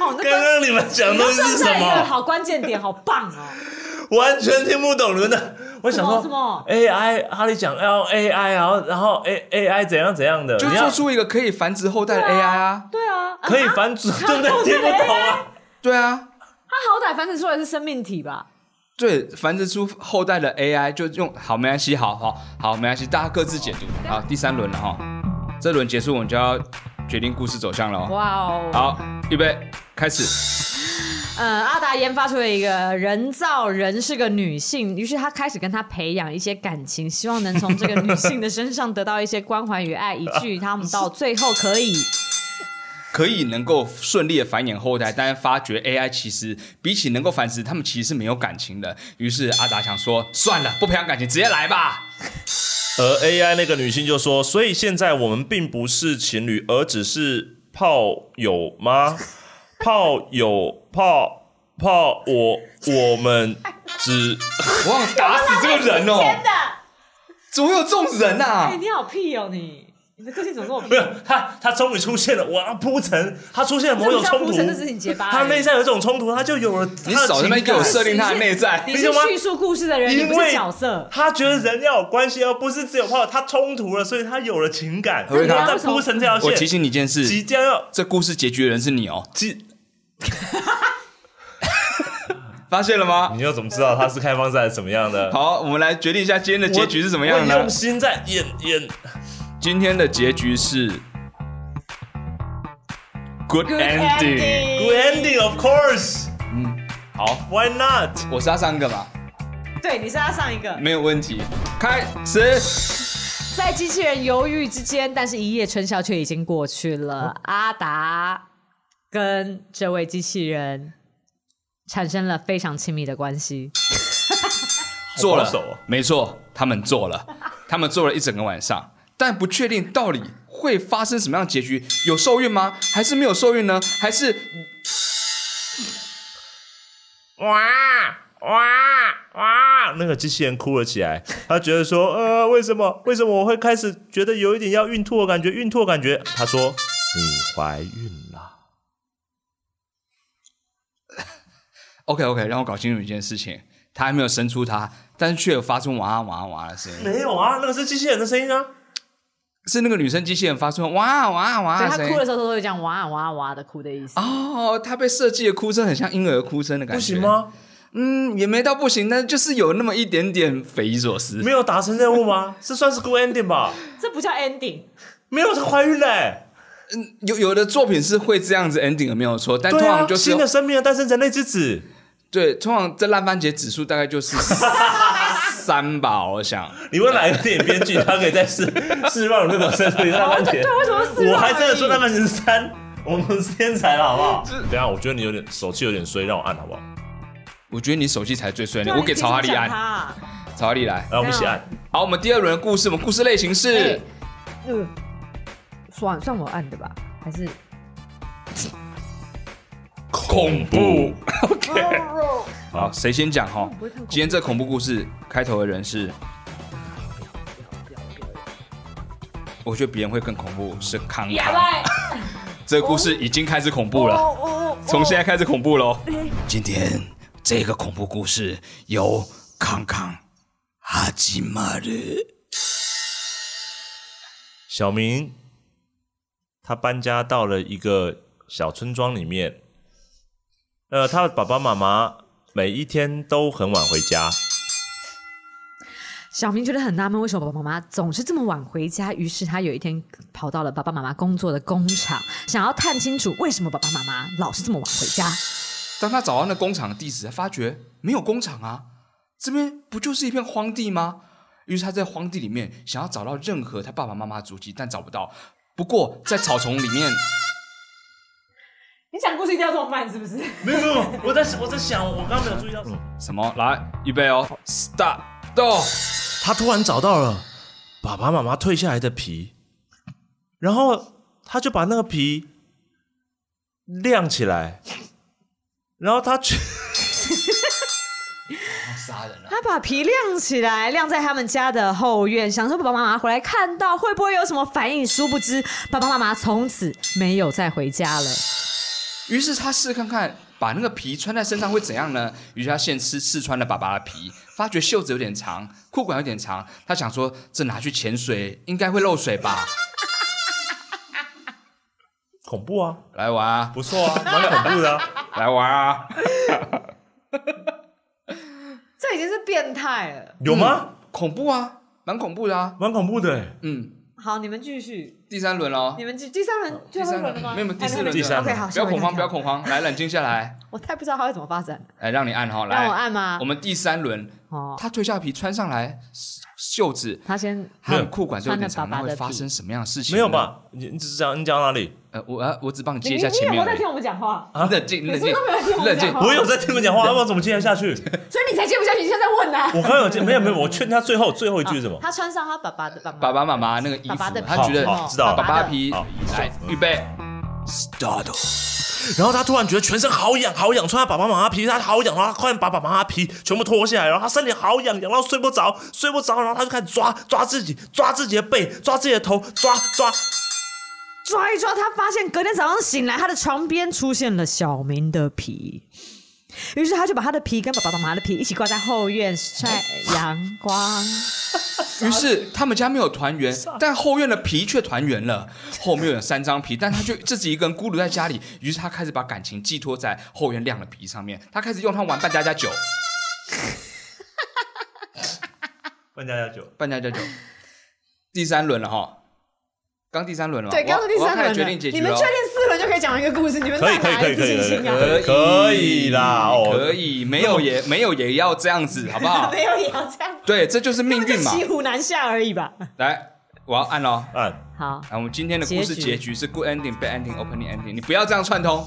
[SPEAKER 4] 哦，
[SPEAKER 3] 刚
[SPEAKER 4] 那个
[SPEAKER 3] 刚你们讲的东西是什
[SPEAKER 4] 一个
[SPEAKER 3] 么？
[SPEAKER 4] 好关键点，好棒哦！
[SPEAKER 3] 完全听不懂，真的。我想说
[SPEAKER 4] 什么
[SPEAKER 3] AI，哈利讲要 AI，然后然后 A AI 怎样怎样的，
[SPEAKER 2] 就
[SPEAKER 3] 你
[SPEAKER 2] 做
[SPEAKER 3] 要
[SPEAKER 2] 出一个可以繁殖后代的 AI 啊，
[SPEAKER 4] 对啊，啊
[SPEAKER 3] 可以繁殖，对不对？听不懂啊。
[SPEAKER 2] 对啊，
[SPEAKER 4] 他好歹繁殖出来是生命体吧？
[SPEAKER 2] 对，繁殖出后代的 AI 就用好，没关系，好好好，没关系，大家各自解读。好，第三轮了哈，这轮结束我们就要决定故事走向了哦。
[SPEAKER 4] 哇哦！
[SPEAKER 2] 好，预备，开始。
[SPEAKER 4] 呃，阿达研发出了一个人造人，是个女性，于是他开始跟她培养一些感情，希望能从这个女性的身上得到一些关怀与爱，以至于他们到最后可以。
[SPEAKER 2] 可以能够顺利的繁衍后代，但是发觉 AI 其实比起能够繁殖，他们其实是没有感情的。于是阿达想说，算了，不培养感情，直接来吧。
[SPEAKER 3] 而 AI 那个女性就说：“所以现在我们并不是情侣，而只是炮友吗？炮友炮炮，我我们只
[SPEAKER 2] 我想打死这个人哦、
[SPEAKER 4] 真的？
[SPEAKER 2] 怎么会有这种人
[SPEAKER 4] 哎、
[SPEAKER 2] 啊？
[SPEAKER 4] 你好屁哦你！你的个性怎么这么
[SPEAKER 3] 没
[SPEAKER 4] 屁？
[SPEAKER 3] 有他，他终于出现了，我要铺陈，他出现了某种冲突，
[SPEAKER 4] 这只是你结巴而已。
[SPEAKER 3] 他内在有一种冲突，他就有了
[SPEAKER 2] 你
[SPEAKER 3] 他的
[SPEAKER 2] 少在那边
[SPEAKER 3] 情
[SPEAKER 2] 给我
[SPEAKER 3] 感。
[SPEAKER 2] 设定他的内在
[SPEAKER 4] 你。是
[SPEAKER 3] 你懂吗
[SPEAKER 4] 叙述故事的人，你
[SPEAKER 3] 因
[SPEAKER 4] 不是
[SPEAKER 3] 为
[SPEAKER 4] 角色。
[SPEAKER 3] 他觉得人要有关系，而不是只有炮友。他冲突了，所以他有了情感。
[SPEAKER 2] 何为他
[SPEAKER 3] 在铺陈这条
[SPEAKER 2] 我提
[SPEAKER 3] 线，
[SPEAKER 2] 醒你一件
[SPEAKER 3] 即
[SPEAKER 2] 事，
[SPEAKER 3] 将要
[SPEAKER 2] 这故事结局的人是你哦、
[SPEAKER 3] 即。”
[SPEAKER 2] 发现了吗？
[SPEAKER 3] 你又怎么知道他是开放式还是怎么样的？
[SPEAKER 2] 好，我们来决定一下今天的结局是怎么样
[SPEAKER 3] 我用
[SPEAKER 2] 的。
[SPEAKER 3] 心在演演
[SPEAKER 2] 今天的结局是 good
[SPEAKER 4] Good
[SPEAKER 2] ending。
[SPEAKER 4] ending
[SPEAKER 3] good ending of course。
[SPEAKER 2] 嗯好，
[SPEAKER 3] Why not？
[SPEAKER 2] 我是阿三个嘛，
[SPEAKER 4] 对，你是他上一个。
[SPEAKER 2] 没有问题。开始。
[SPEAKER 4] 在机器人犹豫之间，但是一夜春宵却已经过去了。阿达跟这位机器人产生了非常亲密的关系。
[SPEAKER 2] 做
[SPEAKER 3] 好保守哦
[SPEAKER 2] 了，没错，他们做了，他们做了一整个晚上，但不确定到底会发生什么样的结局，有受孕吗？还是没有受孕呢？还是
[SPEAKER 3] 哇哇哇！那个机器人哭了起来，他觉得说，呃，为什么为什么我会开始觉得有一点要孕吐的感觉？孕吐的感觉。他说，你怀孕了。
[SPEAKER 2] OK OK，让我搞清楚一件事情，他还没有生出他，但是却有发出哇哇哇的声音，
[SPEAKER 3] 没有啊，那个是机器人的声音啊。
[SPEAKER 2] 是那个女生机器人发出哇哇哇
[SPEAKER 4] 对
[SPEAKER 2] 的
[SPEAKER 4] 他
[SPEAKER 2] 声
[SPEAKER 4] 哭的
[SPEAKER 2] 音。
[SPEAKER 4] 时候都会这样哇哇哇的哭的意思。
[SPEAKER 2] 啊哦，她被设计的哭声很像婴儿哭声的感觉，
[SPEAKER 3] 不行？吗？
[SPEAKER 2] 嗯，也没到不行，但就是有那么一点点匪夷所思。
[SPEAKER 3] 没有达成任 务吗？这算是 good ending 吧？
[SPEAKER 4] 这不叫 ending，
[SPEAKER 3] 没有，她怀孕嘞、
[SPEAKER 2] 嗯有有的作品是会这样子 ending 的，没有错，但通
[SPEAKER 3] 对啊
[SPEAKER 2] 常，就是
[SPEAKER 3] 新的生命的诞生人类之子，
[SPEAKER 2] 对，通常这烂番茄指数大概就是 三吧，我想。
[SPEAKER 3] 你问哪一个电影编剧，他可以在释 释放那个生存烂番茄？
[SPEAKER 4] 对为什么释放
[SPEAKER 3] 我还真的说
[SPEAKER 4] 而
[SPEAKER 3] 烂
[SPEAKER 4] 已
[SPEAKER 3] 番茄是三，我们是天才了，好不好？等一下，我觉得你有点手气有点衰，让我按好不好？
[SPEAKER 2] 我觉得你手气才最衰，
[SPEAKER 4] 对啊
[SPEAKER 2] 我给曹哈利
[SPEAKER 4] 你凭什
[SPEAKER 2] 按
[SPEAKER 4] 么讲他，啊
[SPEAKER 2] 曹哈利来。
[SPEAKER 3] 来，我们一起按。
[SPEAKER 2] 好，我们第二轮的故事，我们故事类型是
[SPEAKER 4] 哎，嗯，算算我按的吧，还是
[SPEAKER 2] 恐怖。
[SPEAKER 4] 哦
[SPEAKER 2] 好，谁先讲哈
[SPEAKER 4] 不会看恐？怖
[SPEAKER 2] 今天这恐怖故事开头的人是，我觉得别人会更恐怖，是康
[SPEAKER 4] 哑
[SPEAKER 2] 康。
[SPEAKER 4] 巴，
[SPEAKER 2] 这个故事已经开始恐怖了，
[SPEAKER 4] 哦
[SPEAKER 2] 从现在开始恐怖喽。今天这个恐怖故事由康康哈基马的。
[SPEAKER 3] 小明他搬家到了一个小村庄里面，呃，他的爸爸妈妈每一天都很晚回家，
[SPEAKER 4] 小明觉得很纳闷，为什么爸爸妈妈总是这么晚回家？于是他有一天跑到了爸爸妈妈工作的工厂，想要探清楚为什么爸爸妈妈老是这么晚回家。
[SPEAKER 2] 当他找到那工厂的地址，他发觉没有工厂啊，这边不就是一片荒地吗？于是他在荒地里面想要找到任何他爸爸妈妈的足迹，但找不到。不过在草丛里面，
[SPEAKER 4] 你讲故事一定要这么慢，是不是？
[SPEAKER 3] 没有没有，我在我在想，我刚刚没有注意到，
[SPEAKER 2] 什么来预备哦，start 到
[SPEAKER 3] 他突然找到了爸爸妈妈退下来的皮，然后他就把那个皮晾起来，然后他去。
[SPEAKER 2] 杀人了、
[SPEAKER 4] 他把皮晾起来，晾在他们家的后院，想说爸爸妈妈回来看到会不会有什么反应。殊不知，爸爸妈妈从此没有再回家了。
[SPEAKER 2] 于是他试看看把那个皮穿在身上会怎样呢？于是他先试试穿了爸爸的皮，发觉袖子有点长，裤管有点长，他想说这拿去潜水应该会漏水吧？
[SPEAKER 3] 恐怖啊，
[SPEAKER 2] 来玩啊，
[SPEAKER 3] 不错啊，蛮恐怖 的、啊。
[SPEAKER 2] 来玩啊！
[SPEAKER 4] 这已经是变态了。
[SPEAKER 3] 有吗？
[SPEAKER 2] 恐怖啊，蛮恐怖的啊。
[SPEAKER 3] 蛮恐怖的、欸。
[SPEAKER 2] 嗯，
[SPEAKER 4] 好，你们继续，
[SPEAKER 2] 第三轮哦，
[SPEAKER 4] 们继第三轮最
[SPEAKER 2] 第三轮没有没有第四轮，
[SPEAKER 3] 第三轮 OK，
[SPEAKER 4] 好
[SPEAKER 2] 不要恐慌，不要恐慌，
[SPEAKER 4] 吓我一跳
[SPEAKER 2] 来冷静下来，
[SPEAKER 4] 我太不知道他会怎么发展，
[SPEAKER 2] 来让你按哈，来
[SPEAKER 4] 让我按吗
[SPEAKER 2] 我？们第三轮，
[SPEAKER 4] 哦，
[SPEAKER 2] 他退下皮穿上来，袖子
[SPEAKER 4] 他先
[SPEAKER 3] 没
[SPEAKER 2] 和
[SPEAKER 3] 有
[SPEAKER 2] 裤管就有点长，
[SPEAKER 4] 穿了爸
[SPEAKER 2] 那
[SPEAKER 4] 爸的
[SPEAKER 2] 会发生什么样的事情？
[SPEAKER 3] 没有？吧？你你只是讲你讲哪里？
[SPEAKER 2] 呃，我呃，我只帮你接一下前面而已。
[SPEAKER 4] 我们讲话？
[SPEAKER 3] 啊
[SPEAKER 2] 冷静，冷
[SPEAKER 4] 你
[SPEAKER 2] 静
[SPEAKER 4] 是不是没有听，我
[SPEAKER 2] 冷静
[SPEAKER 4] 讲。话
[SPEAKER 3] 我有在听你们讲话，要不然怎么接得下去？
[SPEAKER 4] 所以你才接不下去，你现在问啊？
[SPEAKER 3] 我刚刚有接，没有没有，我劝他最后最后一句是什么？
[SPEAKER 4] 他穿上他爸爸的爸爸
[SPEAKER 2] 爸爸妈妈那个衣服
[SPEAKER 4] 嗯爸爸的，皮
[SPEAKER 2] 他觉得
[SPEAKER 3] 好好知道了
[SPEAKER 2] 爸爸皮
[SPEAKER 3] 好，
[SPEAKER 2] 来预备，start。
[SPEAKER 3] 然后他突然觉得全身好痒好痒，穿他爸爸妈妈皮，他好痒，然后他快点把爸爸妈妈皮全部脱下来，然后他身体好痒，痒到睡不着，睡不着，然后他就开始抓抓自己，抓自己的背，抓自己的头，抓抓。
[SPEAKER 4] 抓一抓，他发现隔天早上醒来，他的床边出现了小明的皮，于是他就把他的皮跟爸爸妈妈的皮一起挂在后院晒阳光。
[SPEAKER 2] 于是他们家没有团圆，但后院的皮却团圆了。后面有三张皮，但他就自己一个人孤独在家里。于是他开始把感情寄托在后院晾的皮上面，他开始用它玩扮家家酒，
[SPEAKER 3] 问家家酒，
[SPEAKER 2] 扮家家酒。第三轮了哈，刚第三轮了嘛，
[SPEAKER 4] 对，
[SPEAKER 2] 我
[SPEAKER 4] 刚是第三
[SPEAKER 2] 我要开始
[SPEAKER 4] 轮
[SPEAKER 2] 决定
[SPEAKER 4] 了，
[SPEAKER 2] 结局
[SPEAKER 4] 你们
[SPEAKER 2] 了
[SPEAKER 4] 确定四轮就可以讲一个故事？你们
[SPEAKER 3] 可以
[SPEAKER 4] 太
[SPEAKER 3] 可以可
[SPEAKER 4] 哪来
[SPEAKER 3] 以
[SPEAKER 4] 自
[SPEAKER 3] 可以
[SPEAKER 4] 信心啊？
[SPEAKER 3] 可以可以啦哦，
[SPEAKER 2] 可以，没有也没有也要这样子，好不 好？
[SPEAKER 4] 没有也要这样，
[SPEAKER 2] 对，这就是命
[SPEAKER 4] 就
[SPEAKER 2] 运嘛。
[SPEAKER 4] 骑虎难下而已吧。
[SPEAKER 2] 来，我要按喽。
[SPEAKER 3] 按
[SPEAKER 4] 好，
[SPEAKER 2] 啊，我们今天的故事
[SPEAKER 4] 结局
[SPEAKER 2] 结局是 good ending、bad ending、opening ending，你不要这样串通。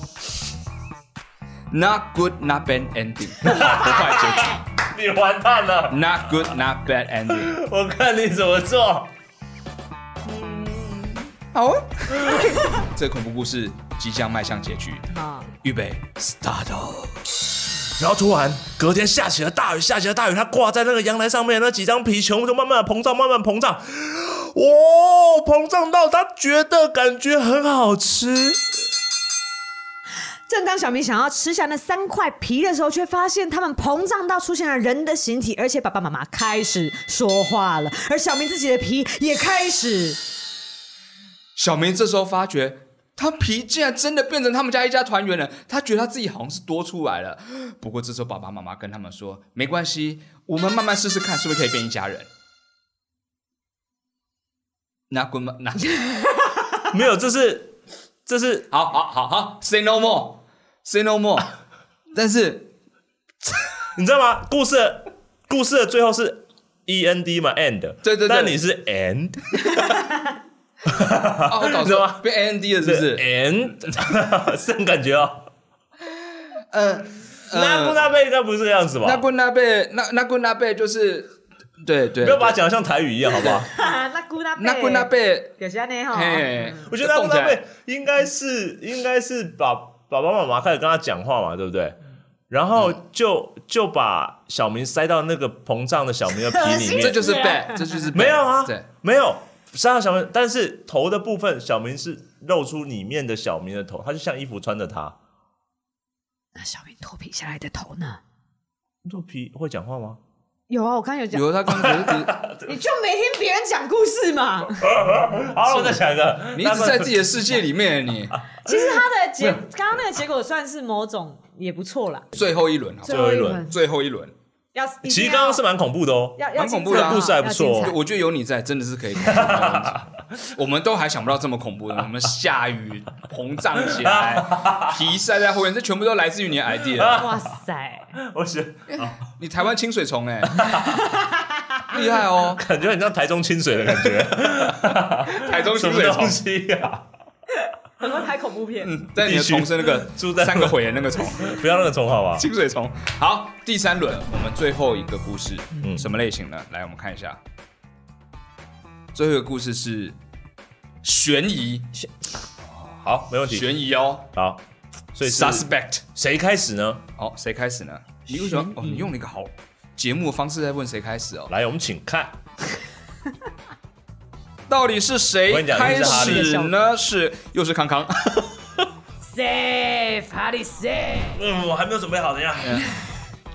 [SPEAKER 2] Not good, not bad ending，快 结局。
[SPEAKER 3] 你完蛋了，
[SPEAKER 2] Not good, not bad ending。
[SPEAKER 3] 我看你怎么做。
[SPEAKER 2] 好
[SPEAKER 4] 哦
[SPEAKER 2] 啊， 这恐怖故事即将迈向结局，
[SPEAKER 4] 好，
[SPEAKER 2] 预备，start。
[SPEAKER 3] 然后突然隔天下起了大雨，下起了大雨，他挂在那个阳台上面那几张皮全部都慢慢的膨胀，慢慢地膨胀，哦，膨胀到他觉得感觉很好 吃。
[SPEAKER 4] 正当小明想要吃下那三块皮的时候，却发现它们膨胀到出现了人的形体，而且爸爸妈妈开始说话了，而小明自己的皮也开始。
[SPEAKER 2] 小明这时候发觉他皮竟然真的变成他们家一家团圆了，他觉得他自己好像是多出来了。不过这时候爸爸妈妈跟他们说，没关系，我们慢慢试试看，是不是可以变一家人。拿滚吧，拿！
[SPEAKER 3] 没有，这是这是
[SPEAKER 2] 好好好好，say no more，say no more。但是
[SPEAKER 3] 你知道吗？故事的故事的最后是 e n d 嘛，end。
[SPEAKER 2] 对对对
[SPEAKER 3] 但你是 end，
[SPEAKER 2] 啊，我搞
[SPEAKER 3] 你知
[SPEAKER 2] 错
[SPEAKER 3] 道
[SPEAKER 2] 了
[SPEAKER 3] 吗，
[SPEAKER 2] 变 ND 了是不是？
[SPEAKER 3] end，是这 种感觉哦。
[SPEAKER 2] 嗯，
[SPEAKER 3] 那布那贝应该不是这样子吧？
[SPEAKER 2] 那棍那贝，那那棍那贝就是，对对，
[SPEAKER 3] 不要把它讲的像台语一样，好不好？
[SPEAKER 4] 那姑那
[SPEAKER 2] 那棍那贝，
[SPEAKER 4] 就是安尼吼。
[SPEAKER 2] 嘿，
[SPEAKER 3] 我觉得那布
[SPEAKER 2] 动起来
[SPEAKER 3] 那贝应该是应该是把爸爸妈妈开始跟他讲话嘛，对不对？然后就就把小明塞到那个膨胀的小明的皮里
[SPEAKER 4] 可
[SPEAKER 2] 这
[SPEAKER 3] 面，
[SPEAKER 2] 就是
[SPEAKER 4] 是啊
[SPEAKER 2] bad，这就是 bad
[SPEAKER 3] 没有啊
[SPEAKER 2] 对，，
[SPEAKER 3] 没有塞到小明，但是头的部分小明是露出里面的小明的头，他就像衣服穿着他。
[SPEAKER 4] 那小明脱皮下来的头呢？
[SPEAKER 3] 肉皮会讲话吗？
[SPEAKER 4] 有啊，我刚有讲，
[SPEAKER 2] 有他刚刚
[SPEAKER 4] 你就没听别人讲故事 嘛？
[SPEAKER 3] 好，我再想一个，
[SPEAKER 2] 嗯 你一直
[SPEAKER 3] 那
[SPEAKER 2] 在自己的世界里面， 你
[SPEAKER 4] 其实他的结，刚刚那个结果算是某种也不错啦。
[SPEAKER 2] 最后一轮好不好，
[SPEAKER 3] 最后一轮
[SPEAKER 2] 最后一轮，
[SPEAKER 4] 要，
[SPEAKER 3] 其实刚刚是蛮恐怖的 哦。
[SPEAKER 4] 要要
[SPEAKER 2] 蛮恐怖
[SPEAKER 4] 精彩
[SPEAKER 2] 的啊
[SPEAKER 4] 啊
[SPEAKER 3] 故事还不错哦
[SPEAKER 4] 要精彩
[SPEAKER 2] 我觉得有你在，真的是 可以。我们都还想不到这么恐怖的，我们下雨膨胀起 来，皮晒在后面，这全部都来自于你的 idea。
[SPEAKER 4] 哇塞，
[SPEAKER 3] 我觉
[SPEAKER 2] 你台湾清水虫 哎、厉害哦！
[SPEAKER 3] 感觉很像台中清水的感 觉，
[SPEAKER 2] 台中
[SPEAKER 3] 什
[SPEAKER 2] 清
[SPEAKER 3] 么
[SPEAKER 2] 水虫
[SPEAKER 3] 东，西啊？
[SPEAKER 4] 很多拍恐怖片。
[SPEAKER 2] 嗯，在你的重生那个
[SPEAKER 3] 住在
[SPEAKER 2] 三个毁的那个啊虫，
[SPEAKER 3] 不要那个虫好吧？
[SPEAKER 2] 清水虫。好，第三轮我们最后一个故事，
[SPEAKER 3] 嗯
[SPEAKER 2] 什么类型呢？来，我们看一下，最后一个故事是悬疑，
[SPEAKER 3] 好，没问题。
[SPEAKER 2] 悬疑哦
[SPEAKER 3] 好，所以是
[SPEAKER 2] ，suspect。
[SPEAKER 3] 谁开始呢？
[SPEAKER 2] 好，谁开始呢？你为什么？哦，
[SPEAKER 3] 嗯
[SPEAKER 2] 你用了一个好节目的方式在问谁开始哦？
[SPEAKER 3] 来，我们请看。
[SPEAKER 2] 到底是谁
[SPEAKER 3] 我跟你讲
[SPEAKER 2] 开
[SPEAKER 3] 一定是哈利
[SPEAKER 2] 始呢？是又是康康，
[SPEAKER 4] Safe，哈利 safe。
[SPEAKER 3] 嗯，我还没有准备好，等一下。嗯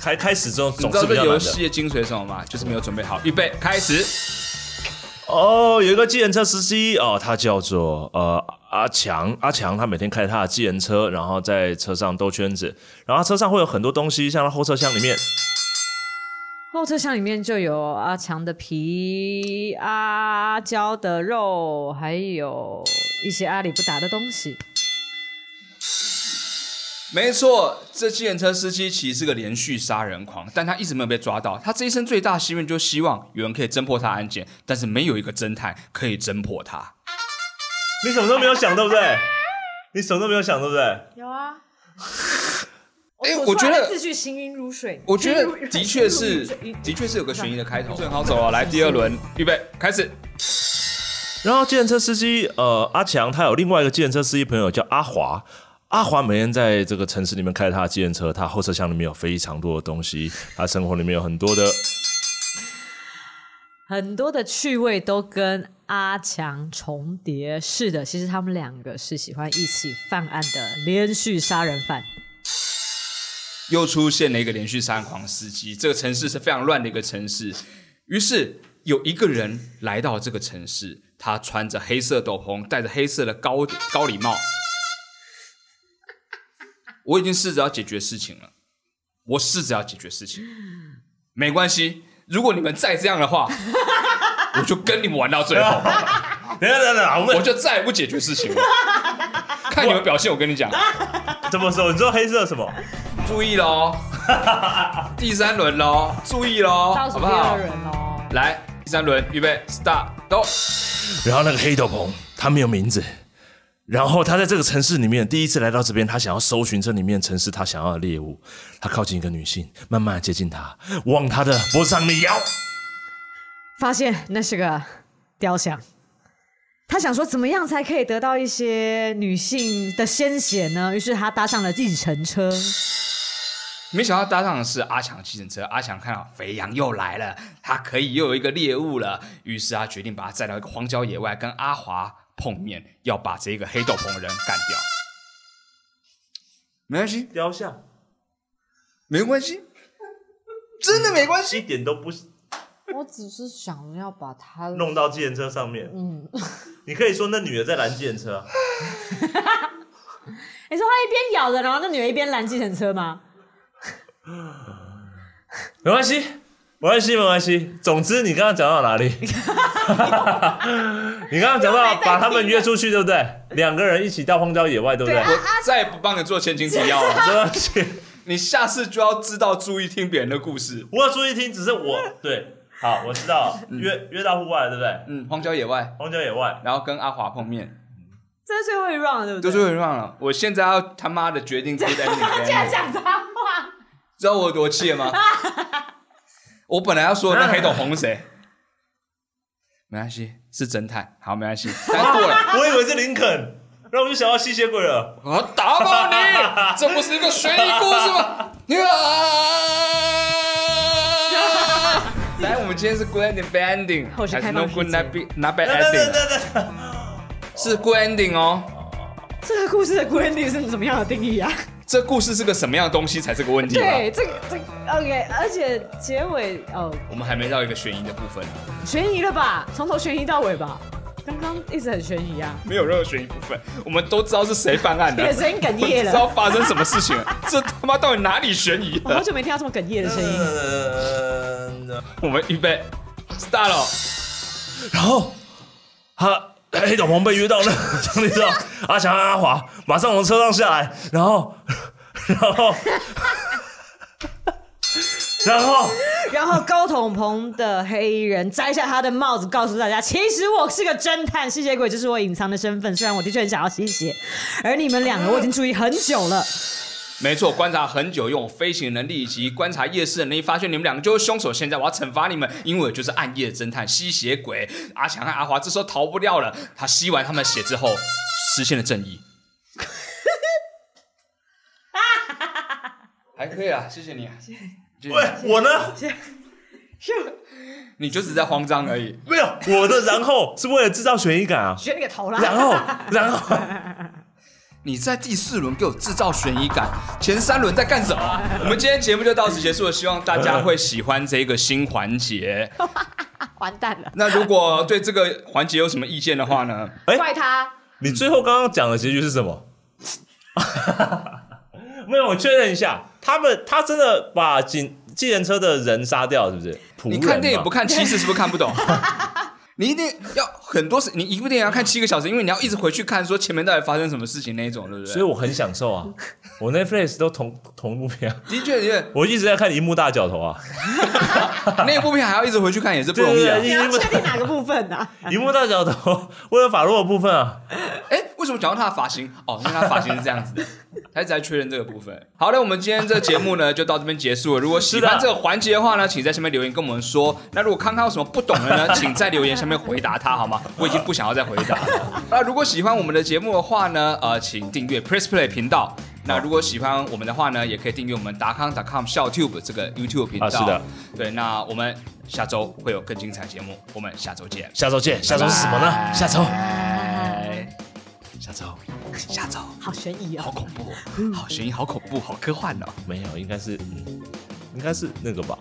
[SPEAKER 3] 开开始之后
[SPEAKER 2] 你
[SPEAKER 3] 总
[SPEAKER 2] 知道
[SPEAKER 3] 是比
[SPEAKER 2] 这
[SPEAKER 3] 较
[SPEAKER 2] 游
[SPEAKER 3] 难的。
[SPEAKER 2] 戏的精髓是什么吗？就是没有准备好。预备，开始。
[SPEAKER 3] 哦，有一个计程车司机哦，他叫做呃阿强，阿强他每天开着他的计程车，然后在车上兜圈子，然后他车上会有很多东西，像他后车厢里面，
[SPEAKER 4] 后车厢里面就有阿强的皮、阿娇的肉，还有一些阿里不达的东西。
[SPEAKER 2] 没错，这计程车司机其实是个连续杀人狂，但他一直没有被抓到。他这一生最大心愿就是希望有人可以侦破他的案件，但是没有一个侦探可以侦破他。
[SPEAKER 3] 你什么都没有想，对不对？你什么都没有想，对不对？
[SPEAKER 4] 有啊。
[SPEAKER 2] 哎
[SPEAKER 4] 吐
[SPEAKER 2] 我
[SPEAKER 4] 出来
[SPEAKER 2] 觉得
[SPEAKER 4] 的字句行云如水。
[SPEAKER 2] 我觉得
[SPEAKER 4] 行云如
[SPEAKER 2] 的确是
[SPEAKER 4] 行云如水，
[SPEAKER 2] 的确是有个悬疑的开头，很好走哦。来，第二轮，预备，开始。
[SPEAKER 3] 然后，计程车司机呃阿强，他有另外一个计程车司机朋友叫阿华。阿华每天在这个城市里面开着他的计程车，他后车厢里面有非常多的东西，他生活里面有很多的。
[SPEAKER 4] 很多的趣味都跟阿强重叠。是的，其实他们两个是喜欢一起犯案的连续杀人犯。
[SPEAKER 2] 又出现了一个连续杀人狂司机。这个城市是非常乱的一个城市，于是有一个人来到这个城市，他穿着黑色斗篷，戴着黑色的高高礼帽。我已经试着要解决事情了，我试着要解决事情，没关系。如果你们再这样的话， 我就跟你们玩到最后，
[SPEAKER 3] 等一下等一下，我
[SPEAKER 2] 我
[SPEAKER 3] 们
[SPEAKER 2] 就再也不解决事情了。看你们表现，我跟你讲。
[SPEAKER 3] 怎么说？你知道黑色什么？
[SPEAKER 2] 注意 喽，第三轮喽，注意喽，
[SPEAKER 4] 倒
[SPEAKER 2] 好
[SPEAKER 4] 数
[SPEAKER 2] 不
[SPEAKER 4] 第二
[SPEAKER 2] 好？
[SPEAKER 4] 人哦，
[SPEAKER 2] 来，第三轮，预备，start，都。
[SPEAKER 3] 然后那个黑斗篷，他没有名字。然后他在这个城市里面第一次来到这边，他想要搜寻这里面城市他想要的猎物。他靠近一个女性，慢慢地接近她，往她的脖子上面摇。
[SPEAKER 4] 发现那是个雕像。他想说，怎么样才可以得到一些女性的鲜血呢？于是他搭上了计程车。
[SPEAKER 2] 没想到搭上的是阿强计程车，阿强看到肥羊又来了，他可以又有一个猎物了，于是他决定把他载到一个荒郊野外，跟阿华碰面，要把这个黑斗篷人干掉。没关系，
[SPEAKER 3] 雕像
[SPEAKER 2] 没关系，真的没关系。
[SPEAKER 3] 一点都不
[SPEAKER 4] 我只是想要把他
[SPEAKER 3] 弄到计程车上面。嗯，你可以说那女的在拦计程车啊，
[SPEAKER 4] 你说他一边咬着，然后那女的一边拦计程车吗？
[SPEAKER 3] 没关系，没关系，没关系。总之，你刚刚讲到哪里？ 你刚刚讲到把他们约出去，对不对？两个人一起到荒郊野外，对不对？
[SPEAKER 4] 对啊
[SPEAKER 2] 再也不 帮你做前情提要了。
[SPEAKER 3] 真的是，
[SPEAKER 2] 你下次就要知道注意听别人的故事。
[SPEAKER 3] 我有注意听，只是 我对，好，我知道，约约到户外，对不对？
[SPEAKER 2] 嗯，荒郊野外，
[SPEAKER 3] 荒郊野外，
[SPEAKER 2] 然后跟阿华碰面，
[SPEAKER 4] 这是最后一 round 对不
[SPEAKER 2] 就
[SPEAKER 4] 对？
[SPEAKER 2] 是很乱了。我现在要他妈的决定住在
[SPEAKER 4] 他竟然
[SPEAKER 2] 你
[SPEAKER 4] 讲脏话，
[SPEAKER 2] 知道我有多气了吗？我本来要说那黑斗红谁，没关系，是侦探，好，没关系，但过了，
[SPEAKER 3] 我以为是林肯，那我就想到吸血鬼了。
[SPEAKER 2] 我要打爆你！这不是一个悬疑故事 吗？啊！来，我们今天是 good ending bad ending，
[SPEAKER 4] 后续
[SPEAKER 2] 还是
[SPEAKER 4] 开
[SPEAKER 2] no
[SPEAKER 4] 放
[SPEAKER 2] good
[SPEAKER 4] 世界
[SPEAKER 2] not be not bad
[SPEAKER 3] 等等等
[SPEAKER 2] ending？
[SPEAKER 3] 等等，
[SPEAKER 2] 是 good ending 哦。
[SPEAKER 4] 这个故事的 g r e n d 是怎么样的定义 啊？
[SPEAKER 2] 这故事是个什么样的东西才是个问题吧？啊
[SPEAKER 4] 对，这个这个 OK，而且结尾哦，
[SPEAKER 2] 我们还没到一个悬疑的部分，
[SPEAKER 4] 悬疑了吧？从头悬疑到尾吧？刚刚一直很悬疑啊，
[SPEAKER 2] 没有任何悬疑部分，我们都知道是谁犯案的，
[SPEAKER 4] 眼神哽
[SPEAKER 2] 我
[SPEAKER 4] 咽
[SPEAKER 2] 们只知道
[SPEAKER 4] 了。
[SPEAKER 2] 发生什么事情了，这他妈到底哪里悬疑
[SPEAKER 4] 我好
[SPEAKER 2] 了？
[SPEAKER 4] 久没听到这么哽咽的声音。
[SPEAKER 2] 我们预备，start 了，
[SPEAKER 3] 然后他黑斗篷被约到了兄弟之后，阿强和阿华马上从车上下来，然后然后然后
[SPEAKER 4] 然后高筒棚的黑衣人摘下他的帽子，告诉大家：“其实我是个侦探，吸血鬼就是我隐藏的身份。虽然我的确很想要吸血，而你们两个我已经注意很久 了。
[SPEAKER 2] 没错，观察很久，用飞行能力以及观察夜视的能力，发现你们两个就是凶手。现在我要惩罚你们，因为我就是暗夜侦探吸血鬼阿强和阿华，这时候逃不掉了。他吸完他们的血之后，实现了正义。还可以啊，谢谢你啊，谢谢
[SPEAKER 3] 喂
[SPEAKER 2] 你
[SPEAKER 3] 我呢
[SPEAKER 2] 你就只在慌张而已。
[SPEAKER 3] 没有我的，然后是为了制造悬疑感啊，
[SPEAKER 4] 选你个头啦！
[SPEAKER 3] 然后然后
[SPEAKER 2] 你在第四轮给我制造悬疑感，前三轮在干什么？我们今天节目就到此结束了，希望大家会喜欢这个新环 节。
[SPEAKER 4] 完蛋了，
[SPEAKER 2] 那如果对这个环节有什么意见的话呢？
[SPEAKER 3] 哎
[SPEAKER 4] 怪他。
[SPEAKER 3] 你最后刚刚讲的结局是什么？ 没有，我确认一下，他们他真的把警计程车的人杀掉，是不是？仆
[SPEAKER 2] 你
[SPEAKER 3] 人
[SPEAKER 2] 看电影
[SPEAKER 3] 嘛
[SPEAKER 2] 不 看七次是不是看不懂？你一定要很多时，你一部电影要看七个小时，因为你要一直回去看，说前面到底发生什么事情那一种，对不对？
[SPEAKER 3] 所以我很享受啊，我 Netflix 都同同步片啊，
[SPEAKER 2] 的确，的确，
[SPEAKER 3] 我一直在看荧幕大脚头啊，
[SPEAKER 2] 那部片还要一直回去看也是不容易啊。
[SPEAKER 3] 对
[SPEAKER 4] 你要确定哪个部分啊？
[SPEAKER 3] 荧幕大脚头为了法洛的部分啊，
[SPEAKER 2] 哎，为什么讲到他的发型？哦，因为他发型是这样子的， 他一直在确认这个部分。好了，我们今天这个节目呢 就到这边结束了。如果喜
[SPEAKER 3] 是
[SPEAKER 2] 欢
[SPEAKER 3] 的
[SPEAKER 2] 这个环节的话呢，请在下面留言跟我们说。那如果康康有什么不懂的 呢，请在留言下面回答他好吗？我已经不想要再回答 了。那如果喜欢我们的节目的话呢，呃，请订阅 Press Play 频道。那如果喜欢我们的话呢，也可以订阅我们达康 .com 笑 Tube 这个 YouTube 频道。
[SPEAKER 3] 啊是的，
[SPEAKER 2] 对，那我们下周会有更精彩的节目，我们下周见。
[SPEAKER 3] 下周见，下周是什么呢？下周，
[SPEAKER 2] 拜下周，下周。
[SPEAKER 4] 好悬疑
[SPEAKER 2] 好
[SPEAKER 4] 哦！
[SPEAKER 2] 恐怖，好悬疑，好恐怖，好科幻哦。
[SPEAKER 3] 没有，应该是，嗯，应该是那个吧，